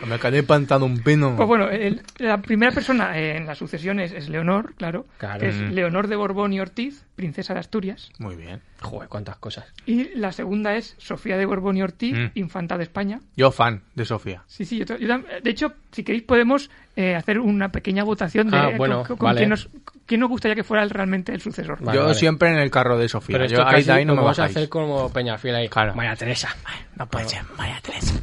Speaker 5: Que Me quedé plantado un pino.
Speaker 4: Pues bueno, el- la primera persona eh, en la sucesión es, es Leonor, claro,
Speaker 3: Claro.
Speaker 4: que es
Speaker 5: Mm.
Speaker 4: Leonor de Borbón y Ortiz, princesa de Asturias.
Speaker 5: Muy bien.
Speaker 3: Joder, cuántas cosas.
Speaker 4: Y la segunda es Sofía de Borbón y Ortiz,
Speaker 5: Mm.
Speaker 4: infanta de España.
Speaker 5: Yo fan de Sofía.
Speaker 4: Sí, sí, yo, to- yo tam- de hecho, si queréis podemos eh, hacer una pequeña votación de
Speaker 3: Ah,
Speaker 4: eh,
Speaker 3: bueno,
Speaker 4: con, con
Speaker 3: vale.
Speaker 4: quién, nos, quién nos gustaría que fuera el- realmente el sucesor.
Speaker 3: Vale,
Speaker 5: Yo
Speaker 3: vale.
Speaker 5: siempre en el carro de Sofía.
Speaker 3: Pero esto
Speaker 5: Yo ahí,
Speaker 3: casi
Speaker 5: de ahí no
Speaker 3: lo
Speaker 5: me
Speaker 3: vamos a
Speaker 5: bajáis.
Speaker 3: hacer como Peñafiel ahí.
Speaker 5: Claro.
Speaker 3: Vaya Teresa.
Speaker 5: No puede ser, María Teresa.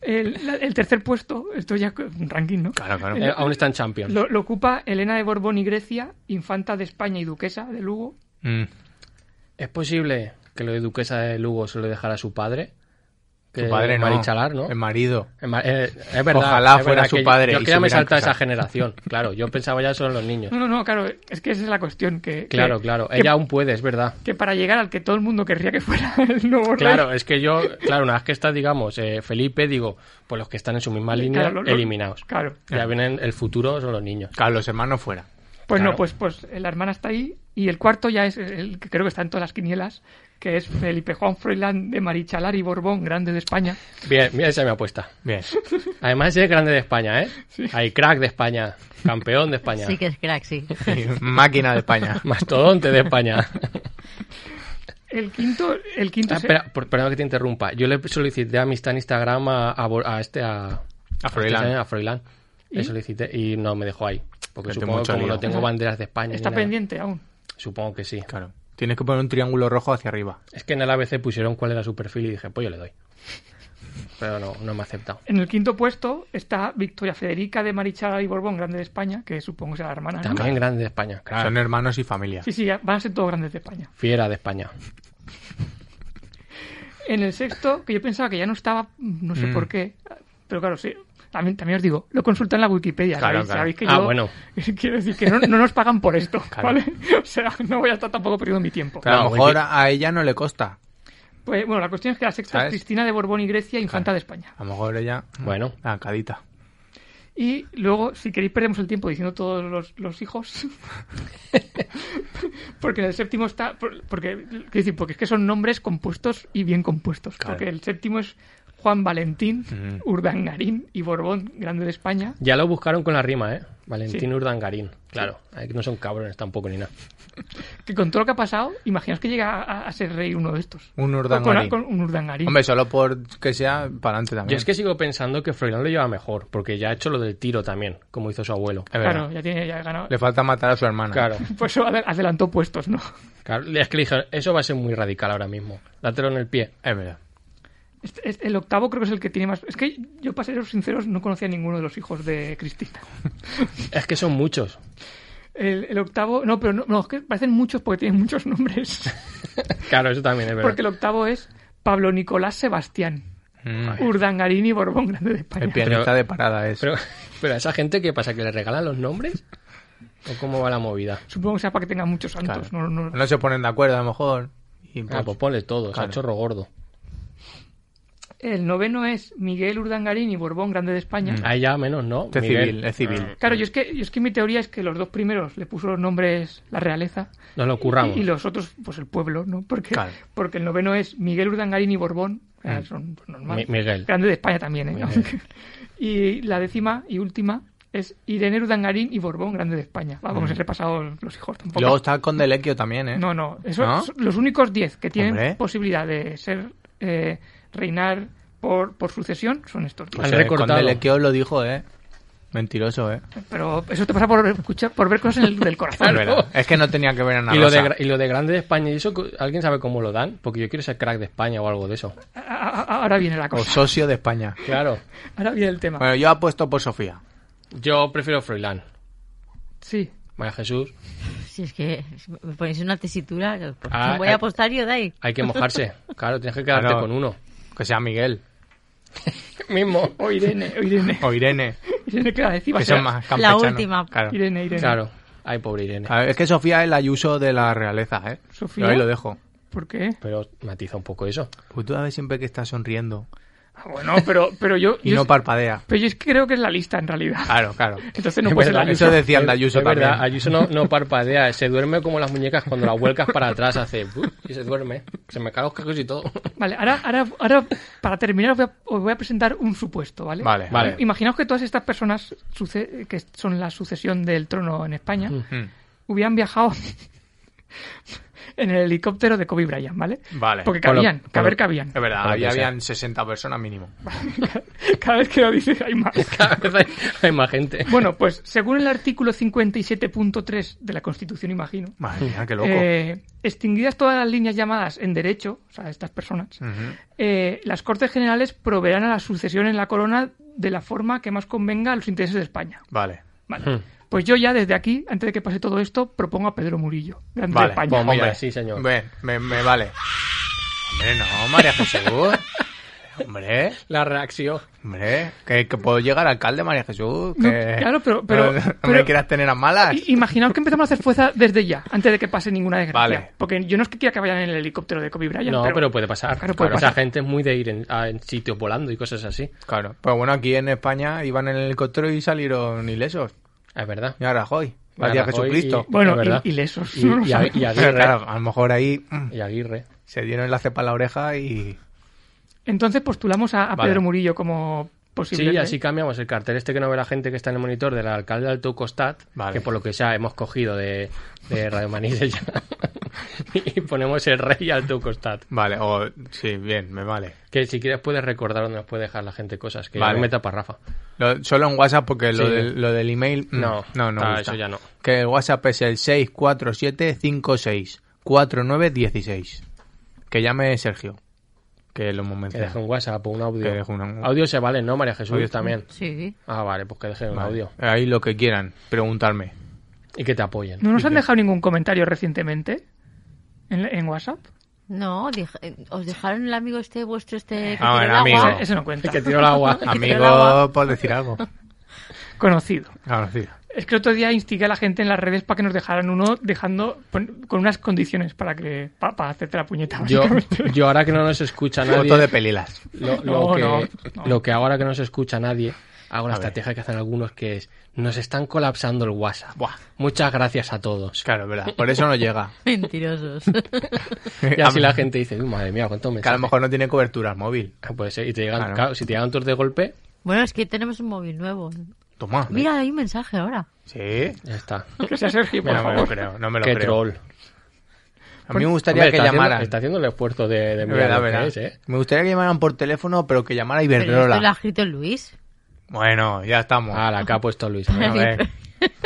Speaker 4: El, la- el tercer puesto, esto ya es un ranking, ¿no?
Speaker 5: Claro, claro.
Speaker 3: Eh, aún está en Champions.
Speaker 4: Lo, lo ocupa Elena de Borbón y Grecia, infanta de España y duquesa de Lugo.
Speaker 5: Mm.
Speaker 3: ¿Es posible que lo de Duquesa de Lugo se lo dejara a su padre? Que
Speaker 5: Tu padre no.
Speaker 3: Marichalar, ¿no?
Speaker 5: El marido.
Speaker 3: Es ma- eh, es verdad.
Speaker 5: Ojalá
Speaker 3: es
Speaker 5: fuera
Speaker 3: verdad
Speaker 5: su
Speaker 3: que yo-
Speaker 5: padre
Speaker 3: Yo,
Speaker 5: y
Speaker 3: que ya me
Speaker 5: se hubieran
Speaker 3: salta esa
Speaker 5: casado.
Speaker 3: generación. Claro, yo pensaba ya solo en los
Speaker 4: <laughs>
Speaker 3: niños.
Speaker 4: No, no, no, claro, es que esa es la cuestión. Que, que-
Speaker 3: Claro, claro.
Speaker 4: que-
Speaker 3: Ella aún puede, es verdad.
Speaker 4: que para llegar al que todo el mundo querría que fuera <laughs> el nuevo rey.
Speaker 3: Claro, es que yo, claro, una vez que está, digamos, eh, Felipe, digo, pues los que están en su misma línea,
Speaker 4: Claro, lo- lo-
Speaker 3: eliminados.
Speaker 4: Claro.
Speaker 3: Ya vienen el futuro, son los niños.
Speaker 5: Claro, los hermanos fuera.
Speaker 4: Pues
Speaker 3: Claro.
Speaker 4: no, pues, pues eh, la hermana está ahí y el cuarto ya es el que creo que está en todas las quinielas, que es Felipe Juan Froilán de Marichalar y Borbón, grande de España.
Speaker 3: Bien, mira esa es mi apuesta. <laughs>
Speaker 5: Bien.
Speaker 3: Además es grande de España, ¿eh? Hay crack de España, campeón de España,
Speaker 6: Sí que es crack, sí. <laughs>
Speaker 5: Máquina de
Speaker 3: <laughs>
Speaker 5: España.
Speaker 3: mastodonte de España.
Speaker 4: El quinto, el quinto
Speaker 3: Ah,
Speaker 4: es-
Speaker 3: espera, por- perdona que te interrumpa. Yo le solicité amistad en Instagram a, a Bo- a este, a,
Speaker 5: A Froilán.
Speaker 3: a Froilán. Le
Speaker 4: ¿Y?
Speaker 3: solicité y no me dejó ahí. Porque
Speaker 5: Mete
Speaker 3: supongo que
Speaker 5: mucho
Speaker 3: como
Speaker 5: lío.
Speaker 3: no tengo banderas de España. ni
Speaker 4: está
Speaker 3: nada,
Speaker 4: pendiente aún.
Speaker 3: Supongo que sí.
Speaker 5: Claro. Tienes que poner un triángulo rojo hacia arriba.
Speaker 3: Es que en el ABC pusieron cuál era su perfil y dije, pues yo le doy. Pero no, no me ha aceptado.
Speaker 4: En el quinto puesto está Victoria Federica de Marichaga y Borbón, grande de España, que supongo será la hermana. ¿no?
Speaker 3: También grande de España, claro.
Speaker 5: Son hermanos y familia.
Speaker 4: Sí, sí, ya van a ser todos grandes de España.
Speaker 3: Fiera de España.
Speaker 4: En el sexto, que yo pensaba que ya no estaba, no sé
Speaker 5: Mm.
Speaker 4: por qué, pero claro, sí. También, también os digo, lo consulta en la Wikipedia.
Speaker 5: Claro,
Speaker 4: ¿sabéis?
Speaker 5: claro.
Speaker 4: Sabéis que
Speaker 3: Ah,
Speaker 4: yo-
Speaker 3: bueno.
Speaker 4: <laughs> Quiero decir que no, no nos pagan por esto,
Speaker 5: Claro.
Speaker 4: ¿vale? <laughs> O sea, no voy a estar tampoco perdiendo mi tiempo.
Speaker 5: Claro, a
Speaker 3: No,
Speaker 5: lo mejor
Speaker 3: Wiki-
Speaker 5: a a ella no le costa.
Speaker 4: Pues bueno, la cuestión es que la sexta
Speaker 5: ¿Sabes?
Speaker 4: es Cristina de Borbón y Grecia, infanta
Speaker 5: Claro.
Speaker 4: de España.
Speaker 5: A lo mejor ella.
Speaker 3: Bueno.
Speaker 5: Ah, cadita.
Speaker 4: Y luego, si queréis, perdemos el tiempo diciendo todos los,
Speaker 5: <laughs>
Speaker 4: los hijos. porque en el séptimo está. por- Porque, quiero decir, porque es que son nombres compuestos y bien compuestos.
Speaker 5: Claro.
Speaker 4: Porque el séptimo es Juan Valentín,
Speaker 5: Mm.
Speaker 4: Urdangarín y Borbón, grande de España.
Speaker 3: Ya lo buscaron con la rima, ¿eh? Valentín
Speaker 4: Sí.
Speaker 3: Urdangarín. Claro, ahí no son cabrones tampoco ni nada.
Speaker 4: Que con todo lo que ha pasado, imaginaos que llega a, a ser rey uno de estos.
Speaker 5: Un
Speaker 4: Con-
Speaker 5: urdangarín.
Speaker 4: Con, un Urdangarín.
Speaker 5: Hombre, solo por que sea para adelante también.
Speaker 3: Yo es que sigo pensando que Froilán lo lleva mejor, porque ya ha hecho lo del tiro también, como hizo su abuelo.
Speaker 5: Es verdad.
Speaker 4: claro, ya tiene ya ha ganado.
Speaker 5: Le falta matar a su hermana.
Speaker 3: Claro,
Speaker 4: Pues eso adel- adelantó puestos, ¿no?
Speaker 3: claro. Es que le dijeron, eso va a ser muy radical ahora mismo. Dátelo en el pie.
Speaker 5: Es verdad.
Speaker 4: Este- este- el octavo creo que es el que tiene más. Es que yo, para ser sinceros, no conocía a ninguno de los hijos de Cristina.
Speaker 3: Es que son muchos.
Speaker 4: El, el octavo, no, pero no, no, es que parecen muchos porque tienen
Speaker 3: <laughs>
Speaker 4: muchos nombres.
Speaker 3: Claro, eso también es verdad.
Speaker 4: porque el octavo es Pablo Nicolás Sebastián,
Speaker 5: Mm.
Speaker 4: Urdangarín y Borbón Grande de
Speaker 5: El
Speaker 4: España.
Speaker 5: pianista
Speaker 3: Pero-
Speaker 5: de parada es.
Speaker 3: Pero, pero a esa gente, ¿qué pasa? ¿Que le regalan los nombres? ¿O cómo va la movida?
Speaker 4: Supongo que sea para que tengan muchos santos.
Speaker 5: Claro.
Speaker 4: no- no-
Speaker 5: No se ponen de acuerdo, a lo mejor. Y
Speaker 3: Ah,
Speaker 5: pues-
Speaker 3: pues ponle todos,
Speaker 5: Claro.
Speaker 3: al chorro gordo.
Speaker 4: El noveno es Miguel Urdangarín y Borbón Grande de España.
Speaker 3: Mm. Ahí ya menos, ¿no?
Speaker 5: Este es
Speaker 3: pues, Miguel. Ah.
Speaker 5: civil, es civil.
Speaker 4: Claro, yo es, que, yo es que mi teoría es que los dos primeros le puso los nombres la realeza
Speaker 3: Nos lo curramos.
Speaker 4: y, y los otros, pues el pueblo, ¿no? Porque,
Speaker 5: Claro.
Speaker 4: porque el noveno es Miguel Urdangarín y Borbón, ah, son pues,
Speaker 3: Mm. Mi-
Speaker 4: normales.
Speaker 3: Miguel.
Speaker 4: Grande de España también, ¿eh?
Speaker 3: Miguel.
Speaker 4: Aunque- <laughs> Y la décima y última es Irene Urdangarín y Borbón, Grande de España. Vamos, he repasado los hijos tampoco.
Speaker 5: Luego está con Delequio también, ¿eh?
Speaker 4: No, no, eso-
Speaker 5: ¿No?
Speaker 4: son los únicos diez que tienen
Speaker 5: Hombre.
Speaker 4: posibilidad de ser eh, reinar por, por sucesión son estos diez.
Speaker 3: Han
Speaker 5: Pues, eh, con
Speaker 3: recortado.
Speaker 5: Delequio lo dijo, ¿eh? Mentiroso, ¿eh?
Speaker 4: Pero eso te pasa por escuchar, por ver cosas en el- del corazón.
Speaker 5: Es verdad. Es que no tenía que ver en nada.
Speaker 3: Ah, <laughs> Y lo, de, gra- y lo de grande de España, ¿y eso cu- alguien sabe cómo lo dan? Porque yo quiero ser crack de España o algo de eso.
Speaker 4: A- a- a- Ahora viene la
Speaker 5: O
Speaker 4: cosa.
Speaker 5: socio de
Speaker 3: <laughs>
Speaker 5: España.
Speaker 3: Claro.
Speaker 4: Ahora viene el tema.
Speaker 5: Bueno, yo apuesto por Sofía.
Speaker 3: Yo prefiero Froilán.
Speaker 4: Sí.
Speaker 3: María Jesús,
Speaker 6: Si es que me ponéis una tesitura, ¿por qué
Speaker 3: Ah,
Speaker 6: voy
Speaker 5: eh.
Speaker 3: ah.
Speaker 6: a apostar yo de ahí?
Speaker 3: hay que mojarse. <laughs> Claro, tienes que quedarte
Speaker 5: Claro.
Speaker 3: con uno.
Speaker 5: Que sea Miguel.
Speaker 3: Mismo.
Speaker 4: O Oh, Irene, o Irene.
Speaker 5: O
Speaker 4: <laughs>
Speaker 5: Irene.
Speaker 4: Irene que la décima
Speaker 5: Oh. Que
Speaker 4: será-
Speaker 5: son más
Speaker 6: La
Speaker 5: campechanos.
Speaker 6: última.
Speaker 5: Claro.
Speaker 4: Irene, Irene.
Speaker 3: Claro. Ay, pobre Irene.
Speaker 5: A ver, es que Sofía es la Ayuso de la realeza, ¿eh?
Speaker 4: ¿Sofía?
Speaker 5: Yo ahí lo dejo.
Speaker 4: ¿Por qué?
Speaker 3: Pero matiza un poco eso.
Speaker 5: Pues tú a ver siempre que está sonriendo
Speaker 4: Ah, Bueno, pero, pero yo...
Speaker 5: <laughs> y
Speaker 4: yo
Speaker 5: no
Speaker 4: es-
Speaker 5: parpadea.
Speaker 4: Pero yo es que creo que es la lista, en realidad.
Speaker 5: Claro, claro. <laughs>
Speaker 4: Entonces no
Speaker 3: Es
Speaker 4: puede ser la
Speaker 3: verdad,
Speaker 4: lista.
Speaker 5: Eso decían de
Speaker 3: Es-
Speaker 5: Ayuso
Speaker 3: es verdad,
Speaker 5: también.
Speaker 3: Ayuso no, no parpadea, se duerme como las muñecas cuando la vuelcas para atrás, hace "Bup", y se duerme. Se me caen los cacos y todo. <laughs>
Speaker 4: Vale, ahora, ahora, ahora para terminar os voy, a, os voy a presentar un supuesto, ¿vale?
Speaker 5: Vale.
Speaker 3: Vale.
Speaker 4: Imaginaos que todas estas personas suce- que son la sucesión del trono en España
Speaker 5: Mm,
Speaker 4: hubieran viajado <laughs> en el helicóptero de Kobe Bryant, ¿vale?
Speaker 5: Vale.
Speaker 4: Porque
Speaker 3: Por lo-
Speaker 4: cabían,
Speaker 3: por
Speaker 4: que a
Speaker 3: lo-
Speaker 4: ver
Speaker 5: <laughs>
Speaker 4: cabían. <laughs>
Speaker 5: Es verdad,
Speaker 3: Para
Speaker 5: ahí
Speaker 3: que sea.
Speaker 5: habían 60 personas mínimo.
Speaker 4: Cada vez que lo dices hay más.
Speaker 3: Cada vez hay, hay más gente.
Speaker 4: Bueno, pues según el artículo 57.3 de la Constitución, imagino,
Speaker 5: Madre mía, qué loco.
Speaker 4: eh, extinguidas todas las líneas llamadas en derecho, o sea, estas personas,
Speaker 5: Ujú.
Speaker 4: eh, las Cortes Generales proveerán a la sucesión en la corona de la forma que más convenga a los intereses de España.
Speaker 5: Vale.
Speaker 4: Vale.
Speaker 3: Hmm.
Speaker 4: Pues yo ya desde aquí, antes de que pase todo esto, propongo a Pedro Murillo, grande de
Speaker 5: Vale,
Speaker 4: España.
Speaker 3: pues, Hombre,
Speaker 5: Mira,
Speaker 3: sí, señor.
Speaker 5: Ven, me, me vale. Hombre, no, María Jesús.
Speaker 4: <laughs>
Speaker 5: Hombre,
Speaker 3: La reacción.
Speaker 5: hombre, que, que puedo llegar alcalde, María Jesús.
Speaker 4: No,
Speaker 5: que-
Speaker 4: claro, pero- pero-
Speaker 5: no, no me
Speaker 4: pero-
Speaker 5: quieras tener a malas.
Speaker 4: I- Imaginaos que empezamos a hacer fuerza desde ya, antes de que pase ninguna desgracia.
Speaker 5: Vale.
Speaker 4: Porque yo no es que quiera que vayan en el helicóptero de Kobe Bryant.
Speaker 3: No, pero, puede pasar.
Speaker 4: Claro,
Speaker 3: Claro,
Speaker 4: puede pasar.
Speaker 3: Esa gente es muy de ir en, a- en sitios volando y cosas así.
Speaker 5: Claro, pues bueno, aquí en España iban en el helicóptero y salieron ilesos.
Speaker 3: Es
Speaker 5: <laughs>
Speaker 3: verdad.
Speaker 5: Y ahora Rajoy.
Speaker 3: Y a
Speaker 5: Gracias a
Speaker 3: Rajoy
Speaker 5: Jesucristo.
Speaker 3: y- ¿eh?
Speaker 4: Bueno,
Speaker 3: Es verdad.
Speaker 4: y, ilesos.
Speaker 3: Y,
Speaker 4: no lo
Speaker 3: y a,
Speaker 4: sabemos.
Speaker 3: y
Speaker 5: Pero
Speaker 3: Aguirre.
Speaker 5: claro, a lo mejor ahí mm,
Speaker 3: Y Aguirre.
Speaker 5: se dieron la cepa a la oreja y...
Speaker 4: Entonces postulamos a, a
Speaker 5: Vale.
Speaker 4: Pedro Murillo como posible.
Speaker 3: Sí,
Speaker 4: rey.
Speaker 3: así cambiamos el cartel este que no ve la gente que está en el monitor del alcalde de Alto Costat,
Speaker 5: Vale.
Speaker 3: que por lo que sea hemos cogido de, de Radio Manises ya. <laughs> y ponemos el rey Alto Costat.
Speaker 5: Vale, o... Sí, bien, me vale.
Speaker 3: Que si quieres puedes recordar dónde nos puede dejar la gente cosas, que
Speaker 5: Vale.
Speaker 3: me meta Rafa.
Speaker 5: Lo- solo en WhatsApp porque lo,
Speaker 3: Sí.
Speaker 5: del, lo del email... mm,
Speaker 3: No.
Speaker 5: no, no
Speaker 3: Ah,
Speaker 5: gusta.
Speaker 3: eso ya no.
Speaker 5: Que el WhatsApp es el 64756. 4916. Que llame Sergio. Que lo hemos
Speaker 3: Que deje
Speaker 5: mencionado.
Speaker 3: un WhatsApp o un audio.
Speaker 5: Que deje un-
Speaker 3: Audio se vale, ¿no, María Jesús?
Speaker 5: Audio.
Speaker 3: También.
Speaker 6: Sí.
Speaker 3: Ah, vale, pues que deje un
Speaker 5: Vale.
Speaker 3: audio.
Speaker 5: Ahí lo que quieran, preguntarme.
Speaker 3: Y que te apoyen.
Speaker 4: ¿No nos han dejado ningún comentario recientemente en, la- en WhatsApp?
Speaker 6: No, dej- eh, os dejaron el amigo este vuestro este... que
Speaker 5: Ah,
Speaker 6: tiró
Speaker 5: el
Speaker 6: el agua.
Speaker 5: amigo.
Speaker 4: Ese- Ese no cuenta.
Speaker 3: El que tiró el
Speaker 5: <laughs>
Speaker 3: agua.
Speaker 5: Amigo, por decir algo.
Speaker 4: Conocido.
Speaker 5: Ahora sí.
Speaker 4: Es que el otro día instigué a la gente en las redes para que nos dejaran uno dejando pon- con unas condiciones para que para, hacerte la puñeta.
Speaker 3: Yo,
Speaker 4: básicamente. <laughs>
Speaker 3: yo ahora que no nos escucha nadie,
Speaker 5: Foto de pelilas.
Speaker 3: lo, lo
Speaker 4: No,
Speaker 3: que,
Speaker 4: no, no.
Speaker 3: lo que ahora que no se escucha nadie, hago una
Speaker 5: A ver.
Speaker 3: estrategia que hacen algunos que es, nos están colapsando el WhatsApp.
Speaker 5: Buah.
Speaker 3: Muchas gracias
Speaker 5: <laughs>
Speaker 3: a todos.
Speaker 5: Claro, es verdad. Por eso no <laughs> llega.
Speaker 6: <laughs> Mentirosos.
Speaker 3: Y así la gente dice, "Uy, madre mía, cuánto me Ah,
Speaker 5: Que a lo mejor no tiene cobertura al móvil.
Speaker 3: Puede ser, y te llegan,
Speaker 5: Claro.
Speaker 3: claro, si te llegan todos de golpe,
Speaker 6: bueno, es que tenemos un móvil nuevo.
Speaker 5: Toma.
Speaker 6: Mira, hay un mensaje ahora.
Speaker 5: Sí.
Speaker 3: ya está.
Speaker 4: Que sea Sergio, por
Speaker 5: Mira, no me lo
Speaker 4: favor.
Speaker 5: creo. No me lo
Speaker 3: Qué
Speaker 5: creo.
Speaker 3: troll.
Speaker 5: A mí me gustaría
Speaker 3: Hombre,
Speaker 5: que
Speaker 3: está haciendo-
Speaker 5: llamaran.
Speaker 3: está haciendo el esfuerzo de, de
Speaker 5: Es
Speaker 3: enviar
Speaker 5: verdad,
Speaker 3: lo que
Speaker 5: verdad.
Speaker 3: es, ¿eh?
Speaker 5: Me gustaría que llamaran por teléfono, pero que llamara
Speaker 6: Pero esto lo ha
Speaker 5: Iberdrola.
Speaker 6: escrito Luis.
Speaker 5: Bueno, ya estamos.
Speaker 3: Ah, la que ha puesto Luis.
Speaker 5: Bueno, a
Speaker 6: <laughs>
Speaker 5: ver.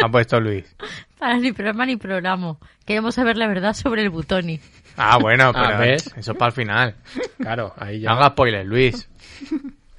Speaker 5: Ha puesto Luis.
Speaker 6: Para ni programa ni programa. Queremos saber la verdad sobre el Butoni.
Speaker 5: Ah, bueno, pero
Speaker 3: Ah, ¿ves?
Speaker 5: eso es para el final.
Speaker 3: Claro, ahí
Speaker 5: No
Speaker 3: ya.
Speaker 5: hagas spoiler, Luis.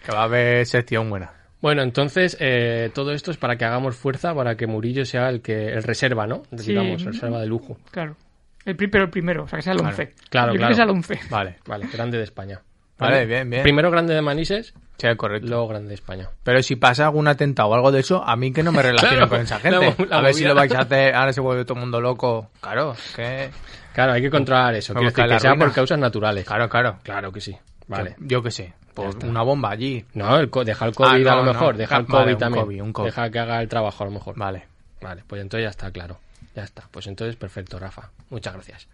Speaker 5: Que va a haber sección buena.
Speaker 3: Bueno, entonces eh, todo esto es para que hagamos fuerza para que Murillo sea el que el reserva, ¿no? Digamos, reserva de lujo.
Speaker 4: Claro. El pri- pero el primero, o sea, que sea el 11.
Speaker 3: Claro,
Speaker 4: Yo creo
Speaker 3: claro.
Speaker 4: que sea el 11.
Speaker 5: Vale.
Speaker 3: Vale, grande de España.
Speaker 5: Vale, bien, bien.
Speaker 3: Primero grande de Manises,
Speaker 5: Sí, correcto.
Speaker 3: luego grande de España.
Speaker 5: Pero si pasa algún atentado o algo de eso, a mí que no
Speaker 3: <laughs>
Speaker 5: me relaciono
Speaker 3: Claro,
Speaker 5: con esa
Speaker 3: la
Speaker 5: gente.
Speaker 3: mo- la
Speaker 5: a ver si
Speaker 3: movida.
Speaker 5: lo vais a hacer, ahora se vuelve todo el mundo loco. Claro, es que...
Speaker 3: Claro, hay que controlar eso. Quiero
Speaker 5: Vamos
Speaker 3: decir,
Speaker 5: a la
Speaker 3: que sea
Speaker 5: ruina.
Speaker 3: por causas naturales.
Speaker 5: Claro, claro.
Speaker 3: Claro que sí. Vale.
Speaker 5: Yo qué sé. Pues
Speaker 3: está.
Speaker 5: una bomba allí.
Speaker 3: No, el co- deja el COVID
Speaker 5: Ah,
Speaker 3: a
Speaker 5: no,
Speaker 3: lo
Speaker 5: no.
Speaker 3: mejor. Deja el
Speaker 5: Ah,
Speaker 3: COVID
Speaker 5: vale, un
Speaker 3: también.
Speaker 5: COVID, un COVID.
Speaker 3: Deja que haga el trabajo a lo mejor.
Speaker 5: Vale.
Speaker 3: Vale, pues entonces ya está claro. Ya está. Pues entonces perfecto, Rafa. Muchas gracias.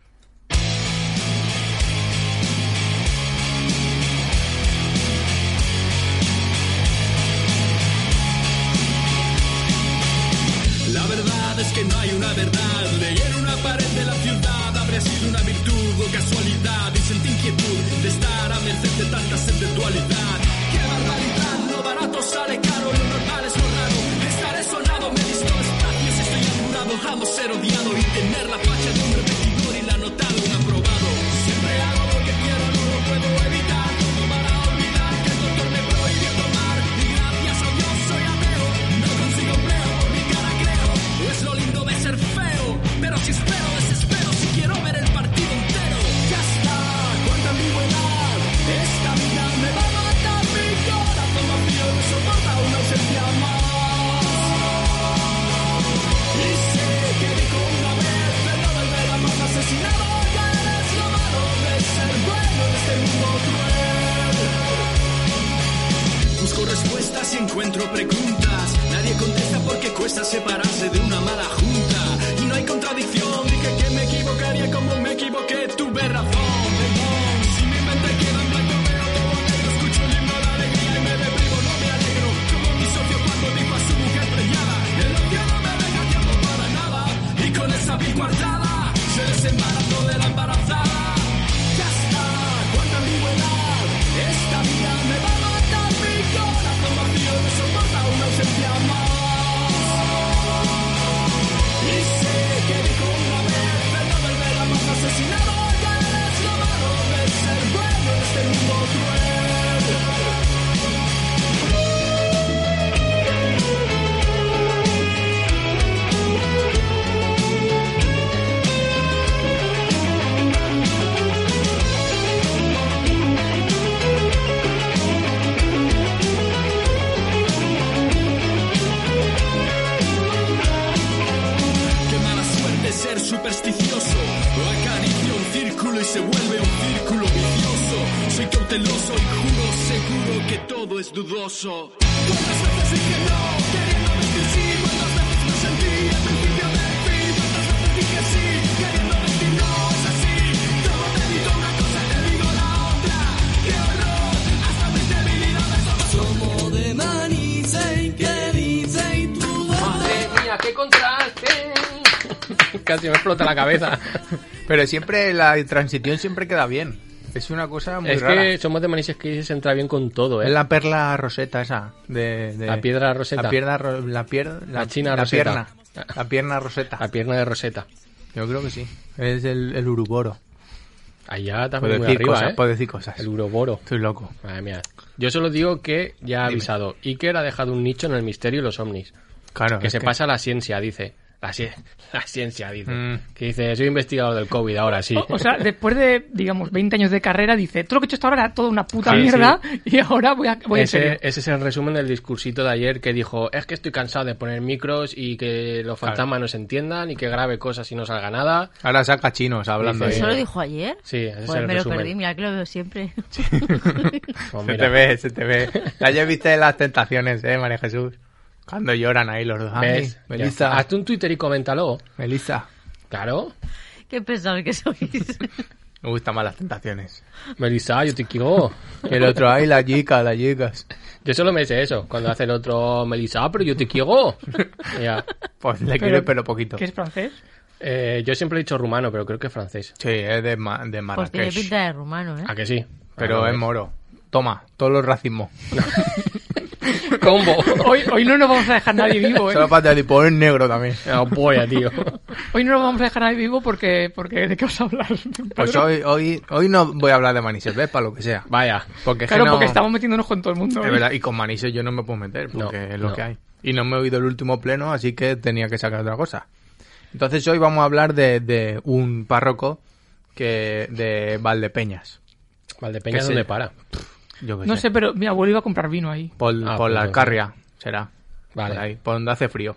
Speaker 7: La verdad es que no hay una verdad. Leer una pared de la ciudad habría sido una virtud o casualidad. Y sentí inquietud de estar a merced de tanta sed de dualidad. ¡Qué barbaridad! Lo barato sale caro, lo normal es lo raro. Estaré sonado, me distó espacios, estoy apurado. Amo ser odiado y tener la facha de un repetidor y la notado un aprobado. Siempre hago lo que quiero, no lo puedo evitar. Todo para olvidar que el doctor me prohibió tomar. Y gracias a Dios soy ateo. No consigo empleo, mi cara creo. Es lo lindo de ser feo. Pero si espero, desespero. Si quiero ver el partido entero. Ya está, cuánta ambigüedad. Esta vida me va a matar. Mi corazón vacío no soporta una ausencia más. Y sé que dijo una vez, pero volver a más asesinado. Ya eres lo malo de ser bueno en este mundo cruel. Busco respuestas y encuentro preguntas. Nadie contesta porque cuesta separarse de una mala junta. Y no hay contradicción, dije que me equivocaría como me equivoqué, tuve razón. Perdón, si mi mente queda en blanco, veo todo negro. Escucho el himno de alegría y me deprimo, no me alegro. Como mi socio cuando dijo a su mujer preñada: El odio no me deja tiempo para nada. Y con esa biguardada, se desembarazó de la embarazada. Ya está, cuánta ambigüedad. Esta vida me va a matar mi corazón vacío, no soporta una ausencia más. Y sé que dijo una vez, pero volver a más asesinado. Ya eres lo malo de ser bueno en este mundo cruel. Qué mala suerte ser supersticioso. Acaricia un círculo y se vuelve un círculo vicioso. Soy cauteloso y juro, seguro que todo es dudoso. ¿Cuántas veces dije no? Queriendo decir sí. ¿Cuántas veces me sentí al principio del fin? ¿Cuántas veces dije sí? Queriendo decir no, es así. Como te digo una cosa, te digo la otra. ¡Qué horror! Hasta mis debilidades somos... Somos de Manise, que dice tu
Speaker 3: mía, qué contraste! <laughs> Casi me explota la cabeza.
Speaker 5: Pero siempre la transición siempre queda bien. Es una cosa <laughs> muy
Speaker 3: es
Speaker 5: rara.
Speaker 3: que somos de Manises que se entra bien con todo,
Speaker 5: Es
Speaker 3: ¿eh?
Speaker 5: la perla roseta esa. De, de-
Speaker 3: La piedra roseta.
Speaker 5: La pierna... ro- La, pier-
Speaker 3: La china roseta. Ah.
Speaker 5: pierna. La pierna roseta.
Speaker 3: La pierna de Rosetta.
Speaker 5: Yo creo que sí. Es el, el Uruboro. Puedo
Speaker 3: Allá también muy
Speaker 5: decir,
Speaker 3: arriba,
Speaker 5: cosas,
Speaker 3: ¿eh?
Speaker 5: puedo decir cosas.
Speaker 3: El Uroboro.
Speaker 5: Estoy loco.
Speaker 3: Madre mía. Yo solo digo que ya ha avisado. Iker ha dejado un nicho en el misterio y los ovnis.
Speaker 5: Claro.
Speaker 3: que
Speaker 5: es
Speaker 3: se pasa a la ciencia, dice. La, ci- <laughs> la ciencia, dice.
Speaker 5: Mm. Oh,
Speaker 3: Que dice, soy investigador del COVID
Speaker 5: <laughs>
Speaker 3: ahora, sí.
Speaker 4: O, o sea, después de, digamos, 20 años de carrera, dice, todo lo que he hecho hasta ahora era toda una puta
Speaker 3: Sí,
Speaker 4: mierda y ahora voy a... Voy en
Speaker 3: ese,
Speaker 4: serio".
Speaker 3: ese es el resumen del discursito de ayer que dijo, es que estoy cansado de poner micros y que los fantasmas no se entiendan y que grabe cosas y no salga nada.
Speaker 5: Ahora saca chinos hablando.
Speaker 3: Dice,
Speaker 5: ahí.
Speaker 6: ¿Eso lo dijo ayer?
Speaker 3: Sí, ese es
Speaker 6: Joder,
Speaker 3: el
Speaker 6: me lo
Speaker 3: resumen.
Speaker 6: perdí, mira que lo veo siempre.
Speaker 3: Pues
Speaker 5: Se
Speaker 3: mira,
Speaker 5: te ve, se te ve. Ayer viste las tentaciones, eh, María Jesús. Cuando lloran ahí los dos. Ay,
Speaker 3: ¿ves? Ya está. Ah,
Speaker 5: Melissa,
Speaker 3: Hazte un Twitter y coméntalo.
Speaker 5: Melissa.
Speaker 3: Claro.
Speaker 6: <laughs> Qué pesados que sois.
Speaker 5: Me gustan más las tentaciones.
Speaker 3: Melissa, yo te quiero.
Speaker 5: Que el otro, ay, la chica, las chicas.
Speaker 3: Yo solo me sé eso. Cuando hace el otro Melissa, pero yo
Speaker 5: <laughs>
Speaker 3: te quiero. Ya.
Speaker 5: Pues le
Speaker 4: Pero-
Speaker 5: quiero, pero poquito.
Speaker 4: ¿Que es francés?
Speaker 3: Eh, yo yo siempre he dicho rumano, pero creo que es francés.
Speaker 5: Sí, es de, Ma- de
Speaker 6: Pues tiene
Speaker 5: Marrakech.
Speaker 6: pinta de rumano, ¿eh?
Speaker 3: ¿A que sí? Ah,
Speaker 5: Pero es moro. Toma, todos los racismos.
Speaker 3: <laughs> Combo.
Speaker 4: Hoy, hoy no nos vamos a dejar nadie vivo, ¿eh?
Speaker 5: Solo para decir, pues es negro también.
Speaker 3: Ah, polla, tío.
Speaker 4: Hoy no nos vamos a dejar nadie vivo porque... porque ¿De qué vas a hablar?
Speaker 5: Pues
Speaker 4: Pedro?
Speaker 5: hoy, hoy, hoy no voy a hablar de Manises, ¿ves? Para lo que sea.
Speaker 3: Vaya.
Speaker 5: Porque es que
Speaker 4: Claro,
Speaker 5: no-
Speaker 4: porque estamos metiéndonos con todo el mundo.
Speaker 5: Es
Speaker 4: ¿eh?
Speaker 5: verdad, y con Manises yo no me puedo meter, porque
Speaker 3: No,
Speaker 5: es lo
Speaker 3: no.
Speaker 5: que hay. Y no me he oído el último pleno, así que tenía que sacar otra cosa. Entonces hoy vamos a hablar de, de un párroco que de Valdepeñas.
Speaker 3: Valdepeña,
Speaker 5: Que
Speaker 3: ¿dónde
Speaker 5: sí.
Speaker 3: para?
Speaker 5: Yo qué
Speaker 4: No sé, pero mi abuelo iba a comprar vino ahí.
Speaker 5: Por,
Speaker 3: Ah,
Speaker 5: por la
Speaker 3: pues,
Speaker 5: Alcarria, será.
Speaker 3: Vale.
Speaker 5: Por ahí, por donde hace frío.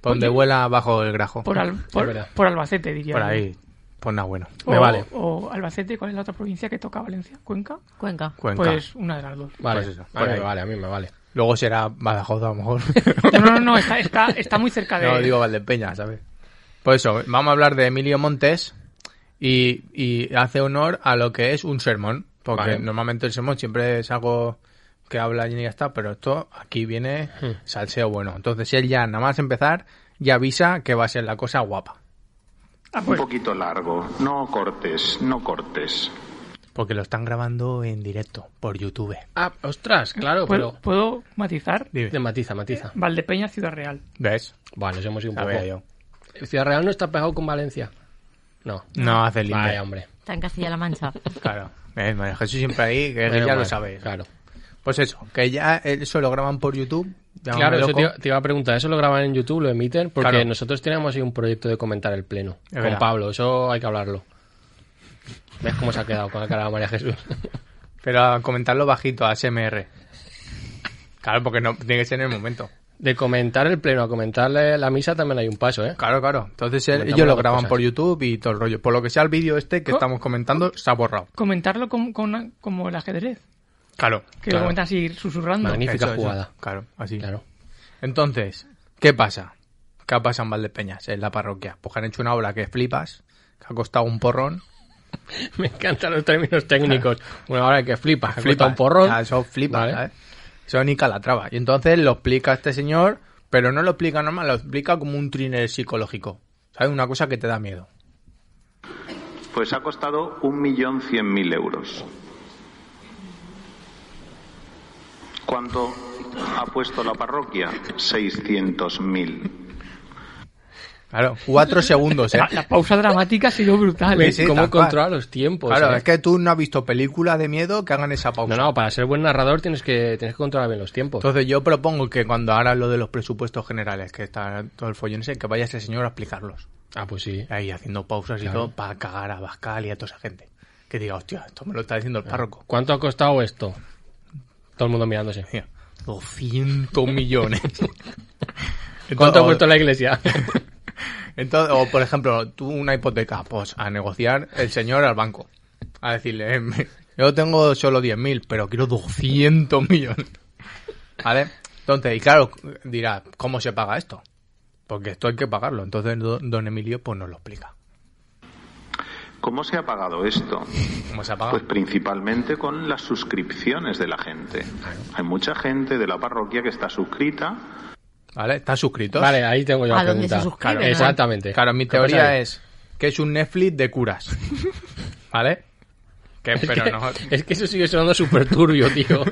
Speaker 5: Por donde vuela bajo el grajo.
Speaker 4: Pues Por,
Speaker 5: Por,
Speaker 4: al, por,
Speaker 3: verdad.
Speaker 4: por Albacete, diría. yo.
Speaker 5: ahí. Por nada bueno.
Speaker 4: O,
Speaker 3: Me vale.
Speaker 4: O Albacete, ¿cuál es la otra provincia que toca Valencia? ¿Cuenca?
Speaker 6: Cuenca.
Speaker 5: Cuenca.
Speaker 4: Pues una de las dos.
Speaker 3: Vale,
Speaker 5: Pues eso,
Speaker 3: a
Speaker 5: por
Speaker 3: mí me
Speaker 5: ahí.
Speaker 3: vale, a mí me vale.
Speaker 5: Luego será Badajoz a lo mejor.
Speaker 4: <laughs> No, no, no, está, está, está
Speaker 5: <laughs>
Speaker 4: muy cerca de...
Speaker 5: no, digo Valdepeñas, ¿sabes? Por eso, vamos a hablar de Emilio Montes y, y hace honor a lo que es un sermón. Porque
Speaker 3: Vale.
Speaker 5: normalmente el sermón siempre es algo que habla y ya está, pero esto aquí viene
Speaker 3: Hmm.
Speaker 5: salseo bueno. Entonces él ya, nada más empezar, ya avisa que va a ser la cosa guapa.
Speaker 4: Ah,
Speaker 8: Un
Speaker 4: pues,
Speaker 8: poquito largo. No cortes, no cortes.
Speaker 5: Porque lo están grabando en directo por YouTube.
Speaker 3: Ah, ostras, claro,
Speaker 4: ¿puedo,
Speaker 3: pero...
Speaker 4: ¿Puedo matizar?
Speaker 5: Dime.
Speaker 3: De matiza, matiza.
Speaker 4: Valdepeña, Ciudad Real.
Speaker 5: ¿Ves?
Speaker 3: Bueno, nos hemos ido un
Speaker 5: Sabía
Speaker 3: poco. Ciudad Real no está pegado con Valencia. No.
Speaker 5: No hace lindo.
Speaker 3: Vaya, hombre.
Speaker 6: Está en Castilla-La Mancha.
Speaker 5: Claro. Eh, María Jesús siempre ahí, que
Speaker 3: Menos
Speaker 5: ya lo
Speaker 3: mal,
Speaker 5: sabes.
Speaker 3: Claro.
Speaker 5: Pues eso, que ya eh, eso lo graban por YouTube. llámame
Speaker 3: Claro, eso
Speaker 5: loco.
Speaker 3: te, iba- te iba a preguntar. ¿Eso lo graban en YouTube, lo emiten? Porque
Speaker 5: Claro.
Speaker 3: nosotros tenemos ahí un proyecto de comentar el pleno. con
Speaker 5: verdad.
Speaker 3: Pablo, eso hay que hablarlo. ¿Ves cómo se ha quedado con la cara de María Jesús? <laughs>
Speaker 5: Pero a comentarlo bajito, ASMR. Claro, porque no tiene que ser en el momento.
Speaker 3: De comentar el pleno a comentarle la misa también hay un paso, ¿eh?
Speaker 5: Claro, claro. Entonces él-
Speaker 3: Comentamos
Speaker 5: ellos lo
Speaker 3: las dos
Speaker 5: graban
Speaker 3: cosas.
Speaker 5: por YouTube y todo el rollo. Por lo que sea el vídeo este que
Speaker 4: Co-
Speaker 5: estamos comentando, se ha borrado.
Speaker 4: Comentarlo con, con- como el ajedrez,
Speaker 5: Claro.
Speaker 4: que
Speaker 3: Claro.
Speaker 4: lo comentas ir susurrando.
Speaker 3: Magnífico. Magnífica
Speaker 5: Eso, eso.
Speaker 3: jugada.
Speaker 5: Claro, así.
Speaker 3: Claro. <laughs>
Speaker 5: Entonces, ¿qué pasa? ¿Qué ha pasado en Valdepeñas, en la parroquia? Pues que han hecho una obra que flipas, que ha costado un porrón.
Speaker 3: Me encantan los términos técnicos. Una hora que flipa,
Speaker 5: Que
Speaker 3: flipa
Speaker 5: flipas.
Speaker 3: un porrón.
Speaker 5: Ah, Eso flipa,
Speaker 3: Vale.
Speaker 5: ¿sabes? Eso ni calatrava. Y entonces lo explica este señor, pero no lo explica normal, lo explica como un thriller psicológico. ¿Sabes? Una cosa que te da miedo.
Speaker 8: Pues ha costado un millón cien mil euros. ¿Cuánto ha puesto la parroquia? Seiscientos mil.
Speaker 5: Claro, cuatro segundos,
Speaker 3: <laughs>
Speaker 5: ¿eh?
Speaker 4: La, la pausa dramática ha sido brutal.
Speaker 3: Ve
Speaker 4: ¿eh?
Speaker 5: Sí, sí,
Speaker 3: ¿Cómo
Speaker 5: tal cual.
Speaker 3: controla los tiempos?
Speaker 5: Claro,
Speaker 3: eh?
Speaker 5: es que tú no has visto películas de miedo que hagan esa pausa.
Speaker 3: No, no, para ser buen narrador tienes que, tienes que controlar bien los tiempos.
Speaker 5: Entonces yo propongo que cuando ahora lo de los presupuestos generales, que está todo el follón ese, que vaya ese señor a explicarlos.
Speaker 3: Ah, pues sí.
Speaker 5: Ahí haciendo pausas
Speaker 3: Claro.
Speaker 5: y todo para cagar a Bascal y a toda esa gente. Que diga, hostia, esto me lo está diciendo el párroco.
Speaker 3: ¿Cuánto ha costado esto? Todo el mundo mirándose.
Speaker 5: Mira, 200
Speaker 3: <laughs>
Speaker 5: millones.
Speaker 3: ¿Cuánto ha
Speaker 5: Entonces,
Speaker 3: puesto
Speaker 5: <laughs>
Speaker 3: la iglesia?
Speaker 5: Entonces, o por ejemplo, tú una hipoteca, pues a negociar el señor al banco. A decirle, "Eh, me- yo tengo solo 10.000, pero quiero 200 millones. ¿Vale? Entonces, y claro, dirá, ¿cómo se paga esto? Porque esto hay que pagarlo. Entonces, do- don Emilio, pues nos lo explica.
Speaker 8: ¿Cómo se ha pagado esto?
Speaker 5: ¿Cómo se ha
Speaker 8: Pues
Speaker 5: pagado?
Speaker 8: principalmente con las suscripciones de la gente. Hay mucha gente de la parroquia que está suscrita
Speaker 5: ¿Vale? ¿Están suscritos?
Speaker 3: vale, ahí tengo yo
Speaker 6: ¿A
Speaker 3: la
Speaker 6: dónde
Speaker 3: pregunta.
Speaker 6: se suscriben,
Speaker 3: Claro,
Speaker 6: no?
Speaker 3: Exactamente.
Speaker 5: Claro, mi
Speaker 3: ¿Qué pasa
Speaker 5: teoría
Speaker 3: <laughs> ahí?
Speaker 5: es que es un Netflix de
Speaker 3: <laughs>
Speaker 5: curas. ¿Vale? Que,
Speaker 3: Es
Speaker 5: pero
Speaker 3: que,
Speaker 5: no...
Speaker 3: es que eso sigue sonando súper turbio, tío.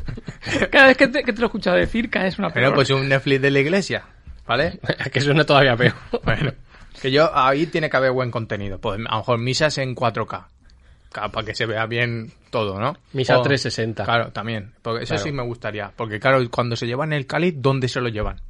Speaker 3: <laughs>
Speaker 4: Cada vez que te, que te lo he escuchado decir, caes una
Speaker 5: Pero
Speaker 4: peor.
Speaker 5: pues un Netflix de la iglesia. ¿Vale?
Speaker 3: Es que suena todavía peor.
Speaker 5: Bueno, Que yo, ahí tiene que haber buen contenido. Pues a lo mejor misas en 4K. Claro, Para que se vea bien todo, ¿no?
Speaker 3: Misa
Speaker 5: O-
Speaker 3: 360.
Speaker 5: Claro, también. Porque eso
Speaker 3: Claro.
Speaker 5: sí me gustaría. Porque claro, cuando se llevan el cáliz, ¿dónde se lo llevan?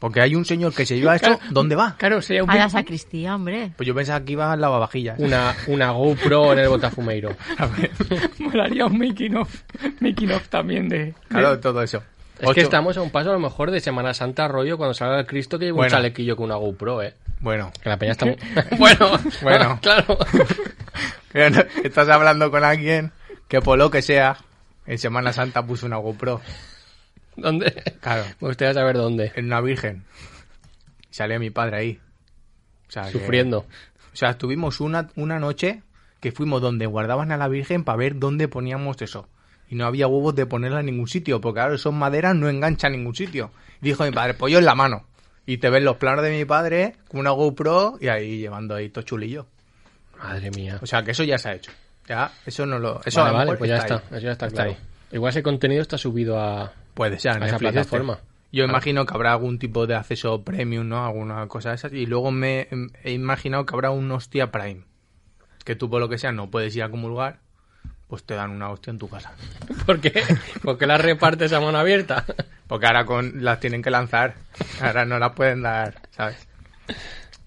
Speaker 5: Porque hay un señor que se lleva esto, ¿dónde va?
Speaker 4: Claro, sería un
Speaker 6: A la sacristía, hombre.
Speaker 5: Pues yo pensaba que iba al lavavajillas.
Speaker 3: Una, una GoPro en el botafumeiro.
Speaker 5: <laughs> A ver.
Speaker 4: <laughs> Molaría un making of, making of también de...
Speaker 5: Claro, todo eso.
Speaker 3: Es
Speaker 5: Ocho.
Speaker 3: que estamos a un paso a lo mejor de Semana Santa rollo cuando salga el Cristo que lleva un
Speaker 5: Bueno.
Speaker 3: chalequillo con una GoPro, eh.
Speaker 5: Bueno, <laughs>
Speaker 3: Que la peña está... muy- <laughs> bueno,
Speaker 5: Bueno.
Speaker 3: <laughs> claro.
Speaker 5: estás hablando con alguien que por lo que sea, en Semana Santa puso una GoPro.
Speaker 3: ¿Dónde?
Speaker 5: Claro,
Speaker 3: Me gustaría saber dónde.
Speaker 5: en una virgen. Sale mi padre ahí. O sea, Ah, que-
Speaker 3: Sufriendo.
Speaker 5: o sea, tuvimos una, una noche que fuimos donde guardaban a la virgen para ver dónde poníamos eso. Y no había huevos de ponerla en ningún sitio, porque ahora son maderas, no engancha en ningún sitio. Dijo mi padre, pollo en la mano. Y te ven los planos de mi padre con una GoPro y ahí llevando ahí todo chulillo.
Speaker 3: Madre mía.
Speaker 5: O sea, que eso ya se ha hecho. Ya, eso no lo. Pues Eso a
Speaker 3: vale,
Speaker 5: lo
Speaker 3: vale,
Speaker 5: mejor
Speaker 3: pues ya está.
Speaker 5: ahí.
Speaker 3: Eso ya está, claro.
Speaker 5: ahí.
Speaker 3: Igual ese contenido está subido a... <laughs>
Speaker 5: Puede ser,
Speaker 3: A esa
Speaker 5: Netflix este.
Speaker 3: plataforma.
Speaker 5: Yo
Speaker 3: Claro.
Speaker 5: imagino que habrá algún tipo de acceso premium, ¿no? Alguna cosa de esas. Y luego me em, he imaginado que habrá un hostia Prime. Que tú, por lo que sea, no puedes ir a comulgar, pues te dan una hostia en tu casa.
Speaker 3: ¿Por qué? Porque la repartes a mano abierta. <laughs>
Speaker 5: Porque ahora con las tienen que lanzar. <laughs> Ahora no las pueden dar, ¿sabes?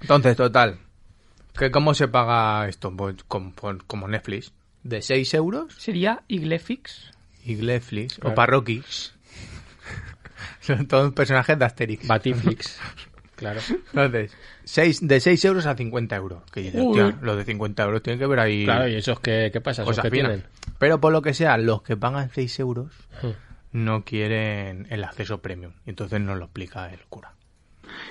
Speaker 5: Entonces, total. ¿que ¿Cómo se paga esto? Pues, con- con- como Netflix. ¿De 6 euros?
Speaker 4: Sería Iglefix.
Speaker 5: Y Netflix.
Speaker 3: Claro.
Speaker 5: O Parroquis. <laughs> Son todos personajes de Asterix.
Speaker 3: Batiflix. Claro.
Speaker 5: Entonces, seis, de 6 euros a 50 euros. Que dices,
Speaker 4: Uy.
Speaker 5: "Hostia, los de 50 euros tienen que ver ahí
Speaker 3: Claro, ¿y esos qué, qué pasa? ¿Esos
Speaker 5: cosas
Speaker 3: qué
Speaker 5: finas".
Speaker 3: tienen?
Speaker 5: Pero por lo que sea, los que pagan 6 euros
Speaker 3: Hmm.
Speaker 5: no quieren el acceso premium. Y entonces nos lo explica el cura.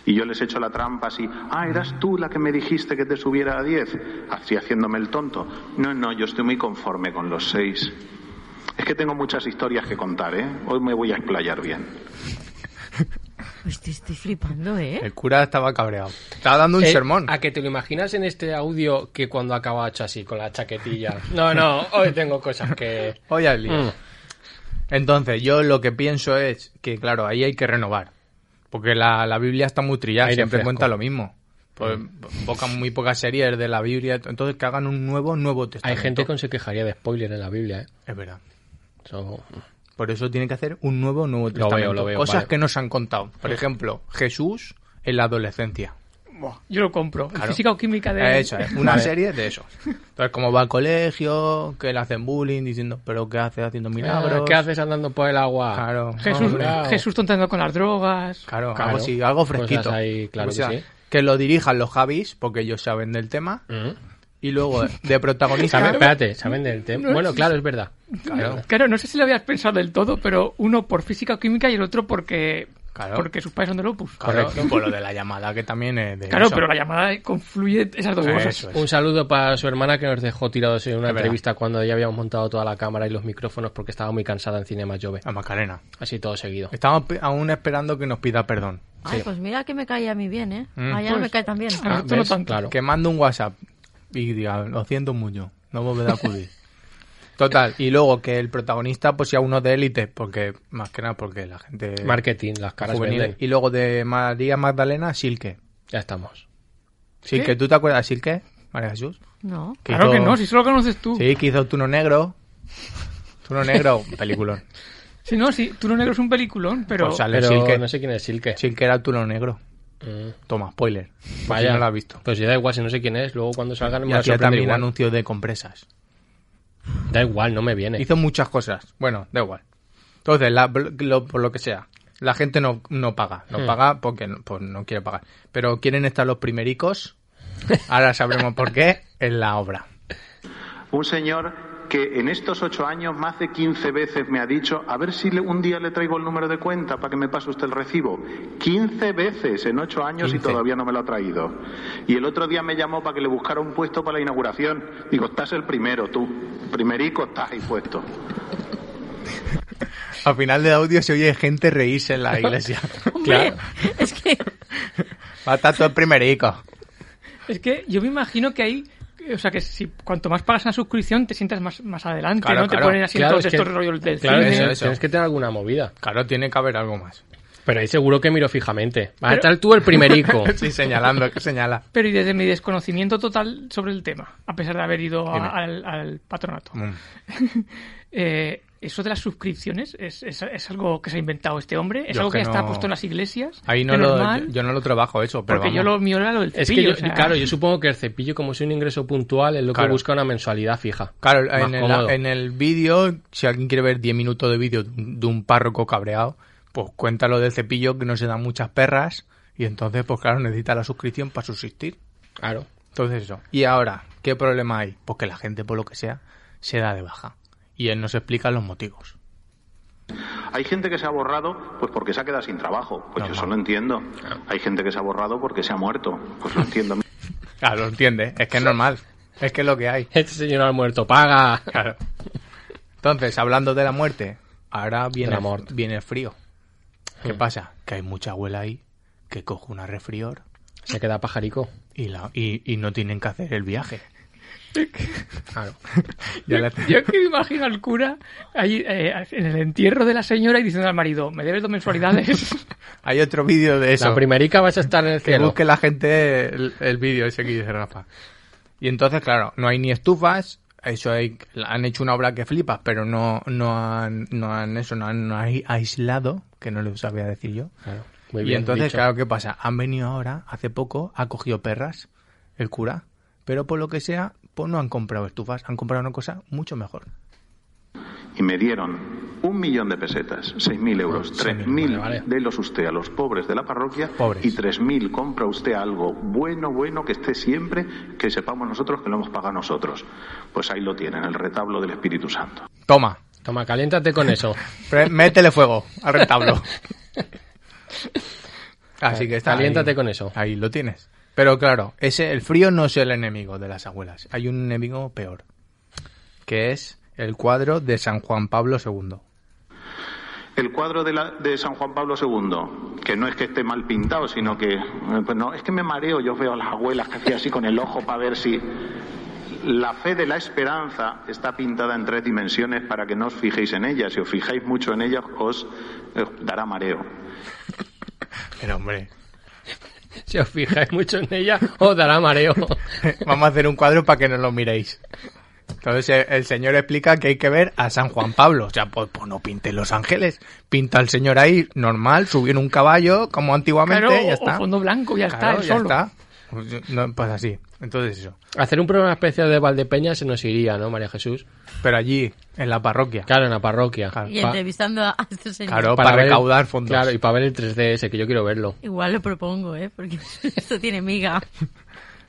Speaker 8: Y yo les echo la trampa así, ah, eras tú la que me dijiste que te subiera a 10, así haciéndome el tonto. No, no, yo estoy muy conforme con los 6. Es que tengo muchas historias que contar, ¿eh? Hoy me voy a explayar bien.
Speaker 6: Estoy, estoy flipando, ¿eh?
Speaker 5: El cura estaba cabreado. Estaba dando un
Speaker 3: Eh,
Speaker 5: sermón.
Speaker 3: A que te lo imaginas en este audio que cuando acaba hecho así, con la chaquetilla. No, no, hoy tengo cosas
Speaker 5: <laughs>
Speaker 3: que.
Speaker 5: Hoy al día.
Speaker 3: Mm.
Speaker 5: Entonces, yo lo que pienso es que, claro, ahí hay que renovar. Porque la, la Biblia está muy trillada,
Speaker 3: Aire
Speaker 5: siempre
Speaker 3: fresco. Hmm.
Speaker 5: cuenta lo mismo. Pues, poca- muy pocas series de la Biblia. Entonces, que hagan un nuevo, nuevo
Speaker 3: Hay
Speaker 5: testamento.
Speaker 3: gente que se quejaría de spoiler en la Biblia, ¿eh?
Speaker 5: Es verdad.
Speaker 3: Eso-
Speaker 5: Por eso tiene que hacer un nuevo Nuevo
Speaker 3: veo,
Speaker 5: Testamento.
Speaker 3: lo veo,
Speaker 5: Cosas
Speaker 3: vale.
Speaker 5: que nos han contado. Por ejemplo, Jesús en la adolescencia.
Speaker 4: Buah, yo lo compro.
Speaker 5: Claro. Eh,
Speaker 4: Física o química de...
Speaker 5: Eso es, una
Speaker 3: Vale.
Speaker 5: serie de eso. Entonces, como va al colegio, que le hacen bullying, diciendo, pero ¿qué hace haciendo milagros?
Speaker 3: Ah, ¿Qué haces andando por el agua?
Speaker 5: Claro.
Speaker 4: Jesús,
Speaker 5: Hombre.
Speaker 3: Claro.
Speaker 4: Jesús tontando con las drogas.
Speaker 5: Ah, Claro,
Speaker 3: Claro.
Speaker 5: algo así, algo
Speaker 3: Cosas
Speaker 5: fresquito.
Speaker 3: ahí, claro
Speaker 5: O
Speaker 3: que
Speaker 5: sea,
Speaker 3: sí.
Speaker 5: lo dirijan los Javis, porque ellos saben del tema.
Speaker 3: Mm.
Speaker 5: Y luego,
Speaker 3: <laughs>
Speaker 5: de protagonista...
Speaker 3: ¿Saben, espérate, ¿saben del tema? Bueno, claro, es verdad.
Speaker 5: Claro.
Speaker 4: Claro, no sé si lo habías pensado del todo, pero uno por física o química y el otro porque,
Speaker 5: Claro.
Speaker 4: porque sus padres son del opus.
Speaker 5: Claro,
Speaker 3: Correcto.
Speaker 5: y por lo de la llamada, que también es de
Speaker 4: Claro,
Speaker 5: eso.
Speaker 4: pero la llamada confluye esas dos cosas.
Speaker 5: Eso es.
Speaker 3: Un saludo para su hermana que nos dejó tirados en una
Speaker 5: Pues Es verdad.
Speaker 3: entrevista cuando ya habíamos montado toda la cámara y los micrófonos porque estaba muy cansada en Cinema Jove.
Speaker 5: A Macarena.
Speaker 3: Así todo seguido.
Speaker 5: Estamos pe- aún esperando que nos pida perdón.
Speaker 6: Ay, pues mira que me cae a mí bien, ¿eh?
Speaker 5: Mm.
Speaker 6: Allá me cae también.
Speaker 4: A ver, tú Ah, no
Speaker 3: ¿ves?
Speaker 4: tanto.
Speaker 3: Claro.
Speaker 5: Que mando un WhatsApp y diga, lo siento mucho, no volveré a acudir. Total, y luego que el protagonista pues sea uno de élite, porque más que nada porque la gente
Speaker 3: Marketing, las caras
Speaker 5: eh, juvenil.
Speaker 3: venden.
Speaker 5: Y luego de María Magdalena, Silke.
Speaker 3: Ya estamos.
Speaker 5: Silke, ¿tú te acuerdas de Silke, María Jesús?
Speaker 6: No.
Speaker 4: Claro que
Speaker 5: hizo-
Speaker 4: no, si solo conoces tú.
Speaker 5: Sí, que hizo Tuno Negro. Tuno Negro, peliculón.
Speaker 4: Si no, si tú no negro es un peliculón, pero
Speaker 5: Pues sale
Speaker 3: Pero
Speaker 5: Silke.
Speaker 3: no sé quién es Silke.
Speaker 5: Silke era Tuno Negro.
Speaker 3: Mm.
Speaker 5: Toma, spoiler. Vaya.
Speaker 3: Vaya.
Speaker 5: no lo has visto.
Speaker 3: Pues ya da igual, si no sé quién es, luego cuando salgan me
Speaker 5: Y
Speaker 3: va a
Speaker 5: hacía
Speaker 3: sorprender
Speaker 5: también
Speaker 3: igual.
Speaker 5: anuncios de compresas.
Speaker 3: Da igual, no me viene.
Speaker 5: Hizo muchas cosas. Bueno, da igual. Entonces, la- lo- por lo que sea, la gente no, no paga. No
Speaker 3: Hmm.
Speaker 5: paga porque no, pues no quiere pagar. Pero quieren estar los primericos. Ahora sabremos por qué. En la obra.
Speaker 8: Un señor que en estos ocho años más de 15 veces me ha dicho, a ver si le- un día le traigo el número de cuenta para que me pase usted el recibo. 15 veces en ocho años
Speaker 5: 15.
Speaker 8: y todavía no me lo ha traído. Y el otro día me llamó para que le buscara un puesto para la inauguración. Digo, estás el primero tú. Primerico estás ahí puesto.
Speaker 5: Al final del audio se oye gente reírse en la
Speaker 4: <laughs>
Speaker 5: iglesia.
Speaker 6: Hombre, <laughs> es que
Speaker 5: Va a estar todo el primerico.
Speaker 4: es que yo me imagino que ahí, o sea, que si cuanto más pagas una suscripción te sientas más, más adelante,
Speaker 5: Claro,
Speaker 4: ¿no?
Speaker 5: claro.
Speaker 4: Te ponen así en
Speaker 3: Claro,
Speaker 4: todos
Speaker 3: es que-
Speaker 4: estos rollos del
Speaker 3: Claro,
Speaker 4: cine.
Speaker 5: eso,
Speaker 3: tienes,
Speaker 5: eso.
Speaker 3: tienes que tener alguna movida.
Speaker 5: Claro, tiene que haber algo más.
Speaker 3: Pero ahí seguro que miro fijamente. Vas a estar tú el
Speaker 5: <laughs>
Speaker 3: primerico.
Speaker 5: Sí, señalando, que señala.
Speaker 4: Pero y desde mi desconocimiento total sobre el tema, a pesar de haber ido a- al, al patronato,
Speaker 5: Mm.
Speaker 4: eh, eso de las suscripciones es, es- es algo que se ha inventado este hombre, es
Speaker 5: Yo
Speaker 4: algo que,
Speaker 5: que
Speaker 4: está
Speaker 5: no-
Speaker 4: puesto en las iglesias.
Speaker 5: Ahí no
Speaker 4: de
Speaker 5: lo,
Speaker 4: normal,
Speaker 5: yo, yo no lo trabajo eso, pero
Speaker 4: porque yo lo
Speaker 5: vamos.
Speaker 4: mío era lo del
Speaker 3: Es que
Speaker 4: cepillo,
Speaker 3: yo,
Speaker 4: o sea,
Speaker 3: claro, yo supongo que el cepillo, como es un ingreso puntual, es lo que
Speaker 5: Claro.
Speaker 3: busca una mensualidad fija.
Speaker 5: Claro,
Speaker 3: Más
Speaker 5: en
Speaker 3: cómodo.
Speaker 5: el, en el vídeo, si alguien quiere ver 10 minutos de vídeo de un de un párroco cabreado, pues cuenta lo del cepillo que no se dan muchas perras y entonces, pues claro, necesita la suscripción para subsistir.
Speaker 3: Claro.
Speaker 5: Entonces eso. Y ahora, ¿qué problema hay? Pues que la gente, por lo que sea, se da de baja. Y él nos explica los motivos.
Speaker 8: Hay gente que se ha borrado pues porque se ha quedado sin trabajo. Pues yo
Speaker 5: Normal.
Speaker 8: eso lo entiendo. Hay gente que se ha borrado porque se ha muerto. Pues lo entiendo.
Speaker 5: Claro, lo entiende. Es que es normal. Es que es lo que hay.
Speaker 3: Este señor al muerto paga.
Speaker 5: Claro. Entonces, hablando de la muerte, ahora viene,
Speaker 3: la muerte. Hmm.
Speaker 5: viene el frío. ¿Qué pasa? Que hay mucha abuela ahí que coge una resfrior
Speaker 3: Se queda pajarico.
Speaker 5: y, la, y, y no tienen que hacer el viaje.
Speaker 3: Claro.
Speaker 5: Ya <laughs> la-
Speaker 4: <laughs> Yo que me imagino al cura ahí eh, en el entierro de la señora y diciendo al marido, me debes
Speaker 5: <laughs>
Speaker 4: dos mensualidades.
Speaker 5: Hay otro vídeo de eso.
Speaker 3: La primerica vas a estar en el
Speaker 5: que
Speaker 3: cielo.
Speaker 5: busque la gente el, el vídeo ese que dice Rafa. Y entonces, claro, no hay ni estufas. Eso hay, han hecho una obra que flipas, pero no, no han, no han eso, no han, no han aislado, que no lo sabía decir yo.
Speaker 3: Claro. Muy
Speaker 5: y
Speaker 3: bien
Speaker 5: entonces,
Speaker 3: dicho.
Speaker 5: claro, ¿qué pasa? Han venido ahora, hace poco, ha cogido perras el cura, pero por lo que sea, pues no han comprado estufas, han comprado una cosa mucho mejor.
Speaker 8: y me dieron un millón de pesetas, seis mil euros, tres mil
Speaker 3: vale, vale.
Speaker 8: delos usted a los pobres de la parroquia
Speaker 5: Pobres.
Speaker 8: y tres mil compra usted algo bueno, bueno que esté siempre, que sepamos nosotros que lo hemos pagado nosotros. Pues ahí lo tienen, el retablo del Espíritu Santo.
Speaker 5: Toma,
Speaker 3: Toma, caliéntate con
Speaker 5: <laughs>
Speaker 3: eso.
Speaker 5: pre- métele fuego al retablo. <laughs> Así que está.
Speaker 3: Caliéntate
Speaker 5: ahí-
Speaker 3: con eso.
Speaker 5: Ahí lo tienes. Pero claro, ese, el frío no es el enemigo de las abuelas. Hay un enemigo peor, que es el cuadro de San Juan Pablo II.
Speaker 8: El cuadro de, la- de San Juan Pablo II, que no es que esté mal pintado, sino que, eh, pues no, es que me mareo, yo veo a las abuelas que hacía así con el ojo para ver si la fe de la esperanza está pintada en tres dimensiones para que no os fijéis en ella. Si os fijáis mucho en ella, os, os dará mareo.
Speaker 5: Pero hombre,
Speaker 3: Si os fijáis mucho en ella, <laughs> os dará mareo.
Speaker 5: <laughs> Vamos a hacer un cuadro para que nos lo miréis. Entonces eh, el señor explica que hay que ver a San Juan Pablo. O sea, pues, pues no pinten los ángeles. Pinta al señor ahí, normal, subió en un caballo, como antiguamente,
Speaker 4: claro,
Speaker 5: y ya
Speaker 4: o- o
Speaker 5: está.
Speaker 4: fondo blanco, ya está,
Speaker 5: Claro,
Speaker 4: él
Speaker 5: ya
Speaker 4: solo.
Speaker 5: está. Pues, no, pues así. Entonces eso.
Speaker 3: Hacer un programa especial de Valdepeña se nos iría, ¿no, María Jesús?
Speaker 5: Pero allí, en la parroquia.
Speaker 3: Claro, en la parroquia.
Speaker 5: Claro.
Speaker 6: Y
Speaker 3: Pa-
Speaker 6: entrevistando a, a este señor.
Speaker 5: Claro, para,
Speaker 3: ver el-
Speaker 5: recaudar fondos.
Speaker 3: Claro, y para ver el 3DS, que yo quiero verlo.
Speaker 6: Igual lo propongo, ¿eh? Porque <laughs> esto tiene miga.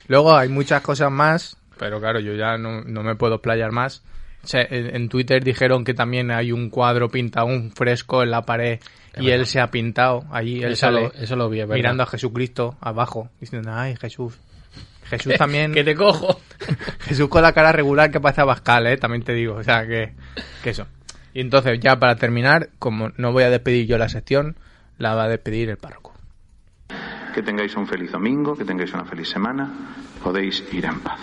Speaker 5: Luego hay muchas cosas más, pero claro, yo ya no, no me puedo playar más. O sea, en, en Twitter dijeron que también hay un cuadro pintado, un fresco en la pared, y él se ha pintado allí, él
Speaker 3: Eso
Speaker 5: sale
Speaker 3: lo, eso lo vi, es ¿verdad?
Speaker 5: mirando a Jesucristo abajo, diciendo, ay, Jesús. Jesús también,
Speaker 3: Que te cojo.
Speaker 5: Jesús con la cara regular que parece a Pascal, ¿eh? también te digo, o sea, que, que eso. Y entonces, ya para terminar, como no voy a despedir yo la sección, la va a despedir el párroco.
Speaker 8: Que tengáis un feliz domingo, que tengáis una feliz semana, podéis ir en paz.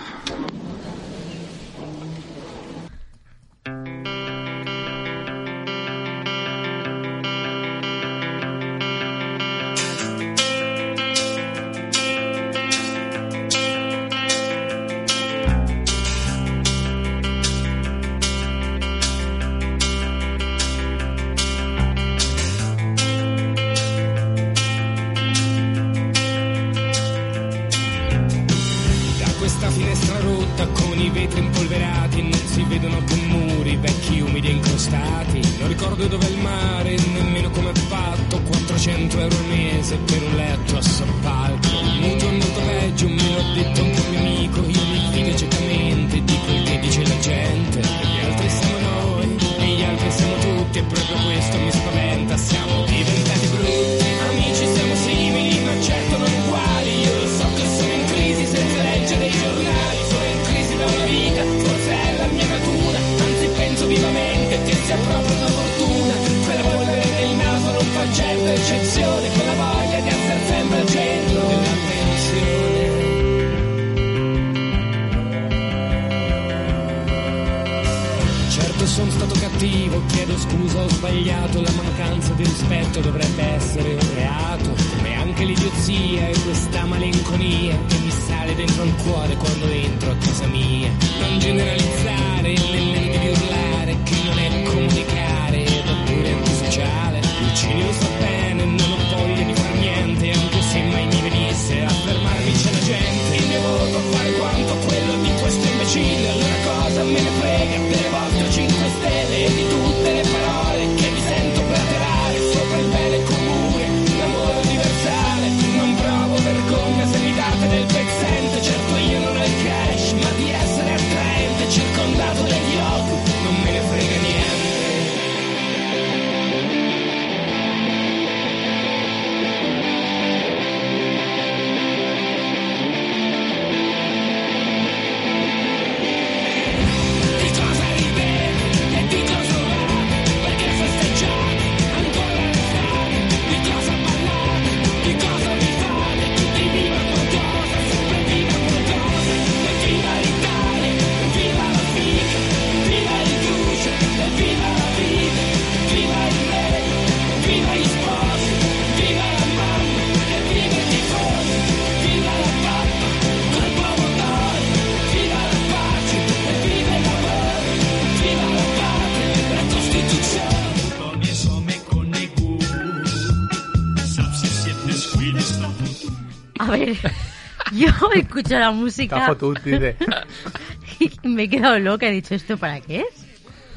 Speaker 7: Da questa finestra rotta con i vetri impolverati non si vedono più muri, vecchi umidi e incrostati. Non ricordo dov'è il mare, nemmeno come è fatto 400 euro al mese per un letto a soppalco. Mutuo è molto peggio, me l'ha detto un mio amico, io mi fido ciecamente di quel che dice la gente. Gli altri siamo noi e gli altri siamo tutti e proprio questo mi spaventa, siamo diventati brutti. Amici siamo simili ma certo non uguali, io lo so che sono in crisi senza leggere i giornali, sono in crisi da una vita, forse è la mia natura, anzi penso vivamente che sia proprio una fortuna, quella polvere del naso non fa certo eccezione, quella voglia di essere sempre al centro dell'attenzione. Certo sono stato cattivo cattivo, chiedo scusa, ho sbagliato, la mancanza di rispetto dovrebbe essere un reato, come anche l'idiozia e questa malinconia che mi sale dentro al cuore quando entro a casa mia. Non generalizzare, l'elente di urlare, che non è comunicare, ed oppure antisociale. Il cinio sta bene, non ho voglia di far niente, anche se mai mi venisse a fermarmi c'è la gente. Il mio voto a fare quanto quello di questo imbecille, allora cosa me ne frega delle vostre 5 stelle e di tutte le parole che mi sento platerare sopra il bene comune, l'amore universale. Non provo vergogna se mi date del pezzente, certo io non ho il cash, ma di essere attraente, circondato dagli occhi, non me ne frega niente. Di cosa ride e di cosa va, perché festeggiare ancora le strade, di cosa parlare, di cosa vi fate, tutti viva qualcosa, sempre viva qualcosa, e viva l'Italia, e viva la figa, e viva il luce, e viva la vita, e viva il re, e viva gli sposi, e viva la mamma, e viva il tifosi, e viva la pappa, col buon odore, e viva la pace, e viva il lavoro, e viva la patria, la Costituzione. Con eso me conecto, saps si sientes cuides la
Speaker 6: A ver, <laughs> yo escucho
Speaker 5: Está
Speaker 6: la música
Speaker 5: fotut, dice.
Speaker 6: y me he quedado loca. He dicho, ¿esto para qué es?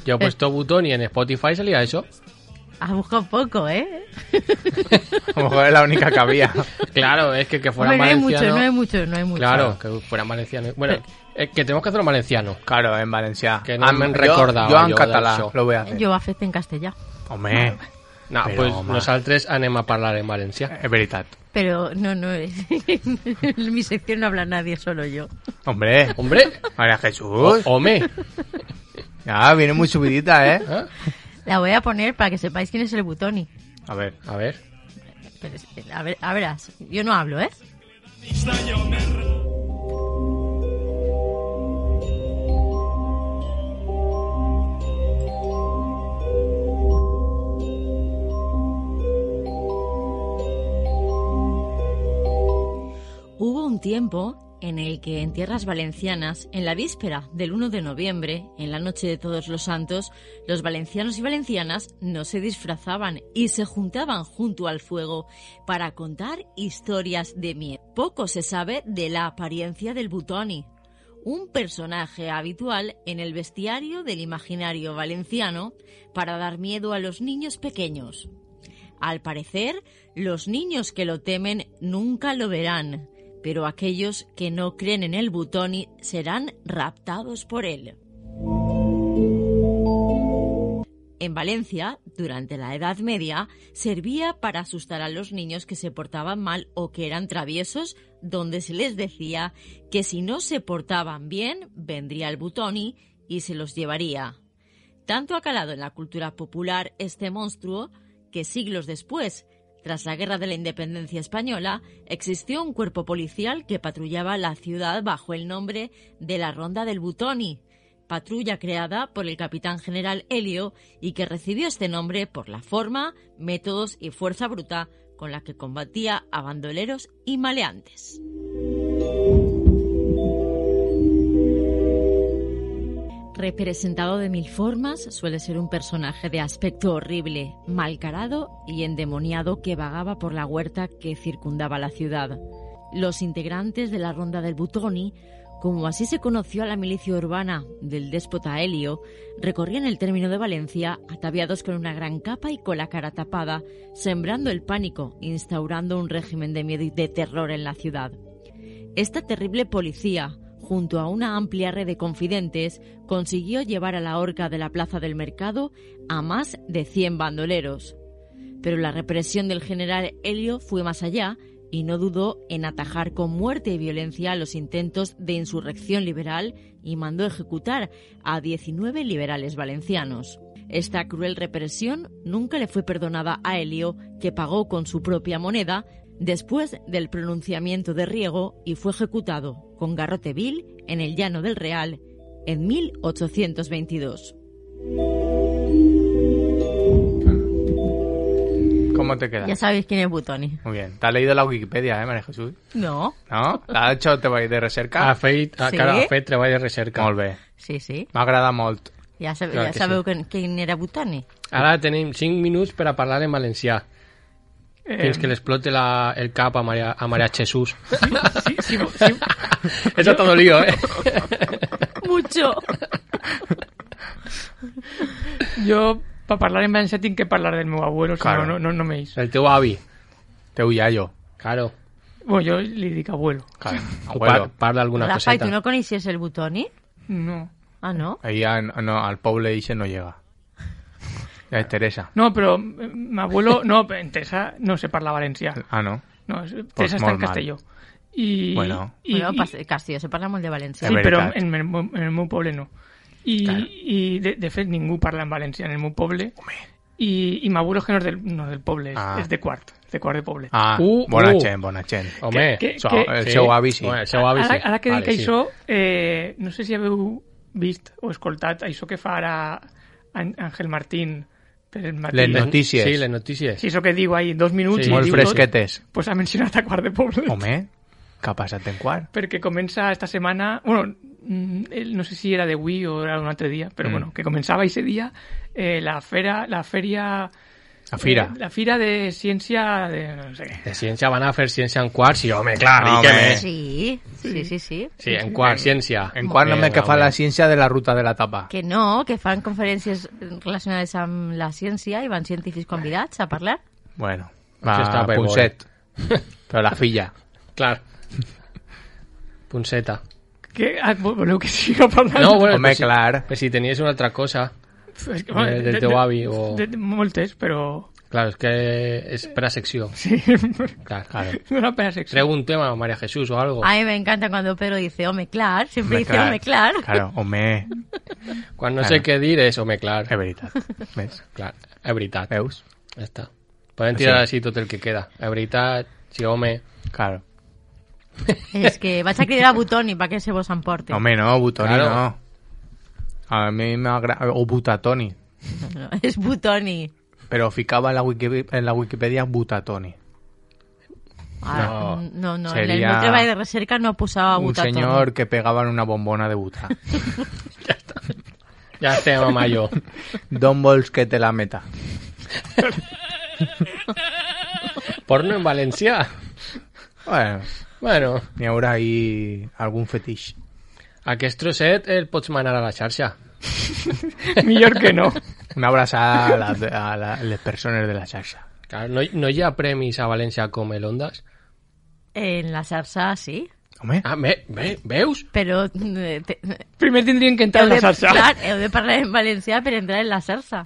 Speaker 3: Yo
Speaker 6: Eh.
Speaker 3: he puesto botón y en Spotify salía eso.
Speaker 6: Has buscado poco, ¿eh?
Speaker 5: A lo mejor es la única que había.
Speaker 3: Claro, es que que fuera
Speaker 6: Hombre, no hay mucho,
Speaker 3: valenciano.
Speaker 6: no hay mucho, no hay mucho.
Speaker 3: Claro, que fuera valenciano.
Speaker 6: <laughs>
Speaker 3: Bueno, es que tenemos que hacerlo valenciano.
Speaker 5: Claro, en Valencia.
Speaker 3: Que no
Speaker 5: Ah,
Speaker 3: me
Speaker 5: yo-
Speaker 3: recordaba
Speaker 5: Yo en
Speaker 3: yo del
Speaker 5: catalán
Speaker 3: show.
Speaker 5: lo voy a hacer.
Speaker 6: Yo afecto en castellano.
Speaker 5: Hombre,
Speaker 3: No,
Speaker 5: Pero,
Speaker 3: pues
Speaker 5: home.
Speaker 3: nosaltres anem a parlar en valencià.
Speaker 5: es verdad.
Speaker 6: Pero no, no es. <laughs> en mi sección no habla nadie, solo yo.
Speaker 5: Hombre, <laughs>
Speaker 3: Hombre,
Speaker 5: María Jesús.
Speaker 3: home,
Speaker 5: Ya, viene muy subidita, ¿eh?
Speaker 3: ¿eh?
Speaker 6: La voy a poner para que sepáis quién es el Butoni.
Speaker 5: A ver.
Speaker 3: A ver.
Speaker 6: Pero, es- a, ver, a verás, yo no hablo, ¿eh? Hubo un tiempo en el que en tierras valencianas, en la víspera del 1 de noviembre, en la noche de Todos los Santos, los valencianos y valencianas no se disfrazaban y se juntaban junto al fuego para contar historias de miedo. Poco se sabe de la apariencia del Butoni, un personaje habitual en el bestiario del imaginario valenciano para dar miedo a los niños pequeños. Al parecer, los niños que lo temen nunca lo verán, pero aquellos que no creen en el Butoni serán raptados por él. En Valencia, durante la Edad Media, servía para asustar a los niños que se portaban mal o que eran traviesos, donde se les decía que si no se portaban bien, vendría el Butoni y se los llevaría. Tanto ha calado en la cultura popular este monstruo que siglos después, tras la Guerra de la Independencia Española, existió un cuerpo policial que patrullaba la ciudad bajo el nombre de la Ronda del Butoni, patrulla creada por el capitán general Helio y que recibió este nombre por la forma, métodos y fuerza bruta con la que combatía a bandoleros y maleantes. Representado de mil formas, suele ser un personaje de aspecto horrible, malcarado y endemoniado que vagaba por la huerta que circundaba la ciudad. Los integrantes de la Ronda del Butoni, como así se conoció a la milicia urbana del déspota Helio, recorrían el término de Valencia ataviados con una gran capa y con la cara tapada, sembrando el pánico, instaurando un régimen de miedo y de terror en la ciudad. Esta terrible policía, junto a una amplia red de confidentes, consiguió llevar a la horca de la Plaza del Mercado a más de 100 bandoleros. Pero la represión del general Helio fue más allá y no dudó en atajar con muerte y violencia los intentos de insurrección liberal y mandó ejecutar a 19 liberales valencianos. Esta cruel represión nunca le fue perdonada a Helio, que pagó con su propia moneda después del pronunciamiento de Riego y fue ejecutado con garrote vil en el llano del Real en 1822.
Speaker 5: ¿Cómo te queda?
Speaker 6: Ya sabéis quién es Butoni.
Speaker 5: Muy bien. Te has leído la Wikipedia, ¿eh, María Jesús?
Speaker 6: No,
Speaker 5: ¿No? ¿La has hecho te de recerca?
Speaker 3: A Fate, a,
Speaker 6: Sí.
Speaker 3: cara, a Fate treballa de recerca.
Speaker 5: Molt bé.
Speaker 6: sí, sí.
Speaker 5: M'agrada molt.
Speaker 6: Ja, sab
Speaker 3: Clar
Speaker 6: ja
Speaker 3: que
Speaker 6: sabeu sí. quién era Butoni.
Speaker 3: Ara tenim 5 minuts per a parlar en valencià.
Speaker 4: Eh,
Speaker 3: Fins que l'explote la- el cap a Maria, a Maria
Speaker 4: <laughs>
Speaker 3: Jesús.
Speaker 4: <laughs> sí, sí, sí.
Speaker 3: Eso todo lío, ¿eh?
Speaker 6: Mucho.
Speaker 4: <laughs> Yo, para hablar en valencià, tengo que hablar del meu abuelo, si
Speaker 5: Claro.
Speaker 4: no, no, no, no me hizo.
Speaker 3: El teu avi.
Speaker 5: Teu iaio.
Speaker 3: Claro.
Speaker 4: Bueno, yo le digo abuelo.
Speaker 3: <laughs>
Speaker 5: Claro,
Speaker 3: O par,
Speaker 5: abuelo.
Speaker 3: parla alguna
Speaker 6: Rafa, ¿y
Speaker 3: coseta.
Speaker 6: tú no conocías el Butoni?
Speaker 4: No.
Speaker 6: Ah, ¿no?
Speaker 5: Ahí a- no, al poble ese no llega. Ya es Teresa.
Speaker 4: No, pero eh, mi abuelo, no, <laughs> en Teresa no se parla valencià.
Speaker 5: Ah, no.
Speaker 4: No, es- Teresa está en
Speaker 5: molt mal.
Speaker 4: castelló. I,
Speaker 5: Bueno.
Speaker 4: i,
Speaker 6: bueno, pues, eh,
Speaker 4: i-
Speaker 6: pas- Castillo, se parla molt de València.
Speaker 4: sí,
Speaker 5: És
Speaker 4: però
Speaker 5: veritat.
Speaker 4: en, el meu- en el meu poble no. I,
Speaker 5: Claro.
Speaker 4: i de, de fet ningú parla en valencià en el meu poble. I, i m'abuelo que no és del, no és del poble, és,
Speaker 5: Ah.
Speaker 4: és de quart, és de quart de poble.
Speaker 5: Ah,
Speaker 3: Uh,
Speaker 5: bona
Speaker 3: uh.
Speaker 5: gent, bona gent.
Speaker 3: Home, eh,
Speaker 4: Que- que-
Speaker 5: So-
Speaker 4: que-
Speaker 5: el seu avi sí.
Speaker 3: Home, el seu avi sí.
Speaker 4: Ara, ara que dic
Speaker 3: Vale, sí.
Speaker 4: això, eh, no sé si heu vist o escoltat això que fa ara An- Àngel Martín per el matí.
Speaker 5: Les notícies.
Speaker 3: Sí, les notícies.
Speaker 4: Sí, això que diu ahí, dos minuts
Speaker 3: Sí.
Speaker 4: i
Speaker 5: Molt
Speaker 4: diu
Speaker 5: fresquetes.
Speaker 4: Tot, pues ha mencionat a quart de poble.
Speaker 5: Home, què ha passat en quart?
Speaker 4: Perquè comença esta setmana... Bueno, mm, el- no sé si era de Wii o era un altre dia, però
Speaker 5: Mm.
Speaker 4: bueno, que començava ese dia eh, la, fera, la feria...
Speaker 5: A Fira.
Speaker 4: eh, la fira de ciència de... no sé què.
Speaker 3: De ciència van a fer ciència en quart, sí, home, clar, i
Speaker 5: Ah, Home.
Speaker 3: què més?
Speaker 6: Sí, sí, sí, sí.
Speaker 3: Sí, en quart, ciència.
Speaker 5: En quart només que fa la ciència de la ruta de la tapa.
Speaker 6: Que no, que fan conferències relacionades amb la ciència i van científics convidats a parlar.
Speaker 5: Bueno, va,
Speaker 3: Això està bé,
Speaker 5: punset. <laughs> Però la filla.
Speaker 3: Clar. Punseta.
Speaker 4: Que, ah, voleu que <laughs> siga parlant?
Speaker 3: No, <laughs> bueno,
Speaker 5: Home,
Speaker 3: pues si-
Speaker 5: clar.
Speaker 3: Pues si tenies una altra cosa...
Speaker 4: És que,
Speaker 3: de- del teu avi o-
Speaker 4: De, de, moltes, <laughs> però...
Speaker 3: Claro, es que es para sección.
Speaker 4: Sí,
Speaker 3: Claro, claro.
Speaker 4: no era pena sexual.
Speaker 3: Traigo un tema, María Jesús o algo.
Speaker 6: A mí me encanta cuando Pedro dice, hombre, clar, siempre dice, hombre, clar.
Speaker 5: Claro, home,
Speaker 3: Cuando no
Speaker 5: claro.
Speaker 3: sé qué dir es, home, claro.
Speaker 5: és veritat. Ves?
Speaker 3: Claro, es veritat. Ya
Speaker 5: Veus?
Speaker 3: está. Pueden tirar
Speaker 5: Sí.
Speaker 3: así todo el que queda. Es veritat, sí, home...
Speaker 5: Claro.
Speaker 6: Es que vas a criar a Butoni para que se vos emporte.
Speaker 5: Home, no, Butoni
Speaker 3: Claro.
Speaker 5: no. A mi m'agrada... O Butatoni.
Speaker 6: No, no, es Butoni.
Speaker 5: Però ficava en la, Wiki... en la Wikipedia Butatoni.
Speaker 6: Ah, no, no, en el
Speaker 5: sería
Speaker 6: meu treball de recerca no posava
Speaker 5: Un
Speaker 6: Butoni.
Speaker 5: senyor que pegava en una bombona de butà.
Speaker 3: Ya este estem a mayo.
Speaker 5: D'on vols que te la meta?
Speaker 3: Porno en Valencia.
Speaker 5: Bueno,
Speaker 3: Bueno,
Speaker 5: n'hi haurà ahí algun fetix.
Speaker 3: aquest trosset el pots manar a la xarxa.
Speaker 4: <laughs> Millor que no.
Speaker 5: Una abraçada a, la, a, la, a les persones de la xarxa.
Speaker 3: Clar, no, hi- no hi ha premis a València com el Ondas?
Speaker 6: En la salsa, sí.
Speaker 5: Home,
Speaker 3: Ah, ve, ve, veus?
Speaker 6: Pero eh, te-
Speaker 4: Primer tindrien que entrar
Speaker 6: heu
Speaker 4: en la
Speaker 6: de,
Speaker 4: salsa.
Speaker 6: clar, heu de parlar en valencià per entrar en la salsa.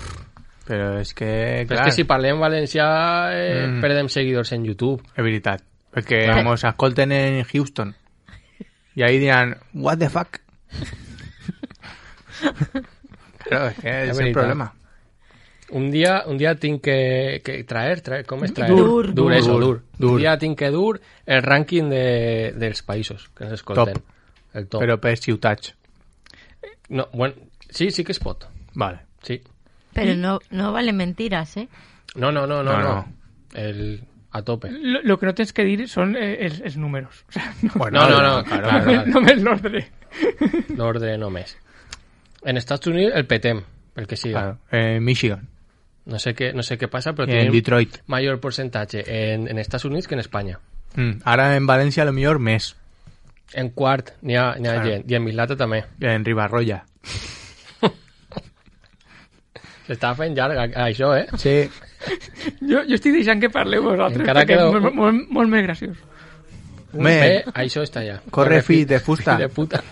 Speaker 5: però és que...
Speaker 3: Però
Speaker 5: Clar,
Speaker 3: és que si parlem valencià eh,
Speaker 5: Mm.
Speaker 3: mm. perdem seguidors en YouTube.
Speaker 5: és veritat. Perquè claro. mos escolten en Houston. I ahí diran, what the fuck? claro, és que és el
Speaker 3: veritat.
Speaker 5: problema.
Speaker 3: Un dia, un dia tinc que, que traer, traer, com és traer?
Speaker 6: Dur.
Speaker 3: Dur, eso, dur.
Speaker 5: Dur.
Speaker 3: Un dia tinc que dur el rànquing de, dels països que ens escolten.
Speaker 5: Top.
Speaker 3: El top.
Speaker 5: Però per ciutats.
Speaker 3: No, bueno, sí, sí que es pot.
Speaker 5: Vale.
Speaker 3: Sí.
Speaker 6: Pero no, no valen mentiras, ¿eh?
Speaker 3: No, no, no, no.
Speaker 5: No,
Speaker 3: no,
Speaker 5: no.
Speaker 3: El, a tope.
Speaker 4: Lo, lo que no tens que dir són eh, els, els números. O sea, <laughs> no,
Speaker 5: Bueno,
Speaker 3: no, no,
Speaker 5: claro,
Speaker 3: claro.
Speaker 5: claro.
Speaker 4: no, no me l'ordre.
Speaker 3: L'ordre només. En Estats Units el petem, pel que siga.
Speaker 5: Claro. Eh, Michigan.
Speaker 3: No sé què, no sé què passa, però
Speaker 5: En
Speaker 3: tenim
Speaker 5: Detroit.
Speaker 3: major percentatge en, en Estats Units que en Espanya.
Speaker 5: Mm. Ara en València a lo millor més.
Speaker 3: En quart n'hi ha, n'hi ha
Speaker 5: Claro.
Speaker 3: gent, i en Mislata també.
Speaker 5: En Ribarroya.
Speaker 3: S'està fent llarg a- això, eh?
Speaker 5: Sí.
Speaker 4: Jo, jo estic deixant que parleu vosaltres,
Speaker 3: Encara
Speaker 4: perquè
Speaker 3: queda
Speaker 4: és molt,
Speaker 3: un-
Speaker 4: molt, molt més graciós.
Speaker 5: Me, eh.
Speaker 3: Bé, això està ja.
Speaker 5: corre fill de fusta.
Speaker 3: Fill de
Speaker 5: <laughs>
Speaker 3: puta.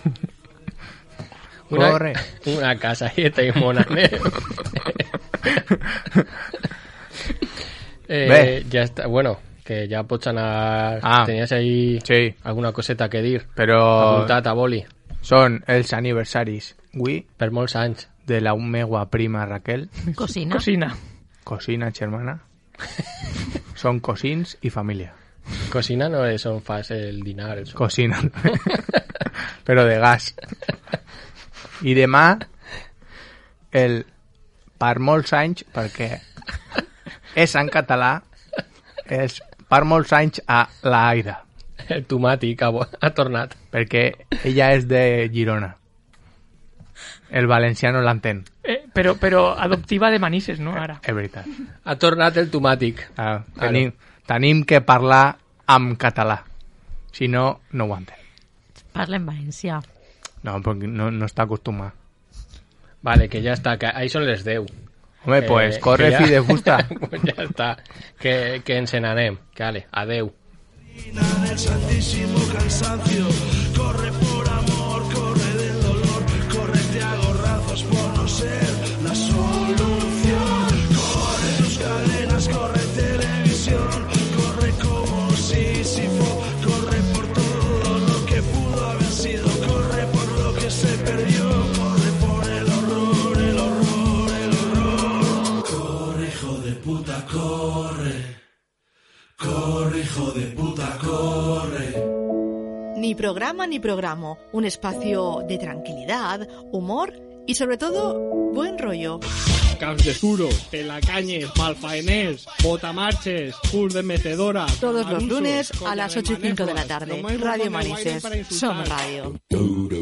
Speaker 5: Corre.
Speaker 3: Una, una este, casalleta i mona
Speaker 5: <laughs>
Speaker 3: meva. eh,
Speaker 5: Bé.
Speaker 3: Ja està, bueno, que ja pots anar...
Speaker 5: Ah.
Speaker 3: Tenies ahí
Speaker 5: Sí. Oh.
Speaker 3: alguna coseta que dir.
Speaker 5: però
Speaker 3: Apuntat a boli,
Speaker 5: són els aniversaris avui
Speaker 3: per molts anys.
Speaker 5: de la meua prima Raquel,
Speaker 6: Cocina.
Speaker 4: Cocina.
Speaker 5: cosina <laughs> germana. Són cosins i família.
Speaker 3: Cocina no és on fas el dinar. El... sopar.
Speaker 5: Cosina. <laughs> Però de gas. I demà el per molts anys, perquè és en català, és per molts anys a l'Aida,
Speaker 3: El tomàtic ha, vo- ha tornat.
Speaker 5: perquè ella és de Girona. El valenciano l'entén,
Speaker 4: Eh, pero, pero adoptiva de Manises, ¿no? Ahora.
Speaker 5: és veritat.
Speaker 3: Ha tornat el tomàtic.
Speaker 5: Ah, tenim, tenim que parlar amb català, si no, no ho entén.
Speaker 6: Parla en valencià.
Speaker 5: No, perquè no, no està acostumat.
Speaker 3: Vale, que ya está, que ahí son les 10.
Speaker 5: Home,
Speaker 3: Eh,
Speaker 5: pues
Speaker 3: que
Speaker 5: corre
Speaker 3: ja-
Speaker 5: fi de
Speaker 3: <laughs>
Speaker 5: fusta.
Speaker 3: pues ya está. Que, que ens n'anem. Que vale, adeu.
Speaker 1: Ni programa ni programa, un espacio de tranquilidad, humor y sobre todo buen rollo.
Speaker 2: Cas de Suro, Pelacañes, Malfaenés, Botamarches, Curs de Mecedora.
Speaker 1: Todos los
Speaker 2: Manusos,
Speaker 1: lunes a las 8 y 5 de la
Speaker 2: contramanejos,
Speaker 1: tarde.
Speaker 2: lo
Speaker 1: Radio
Speaker 2: más bueno de Guaire
Speaker 1: Manises,
Speaker 2: para insultar.
Speaker 1: Son Radio.
Speaker 9: Duro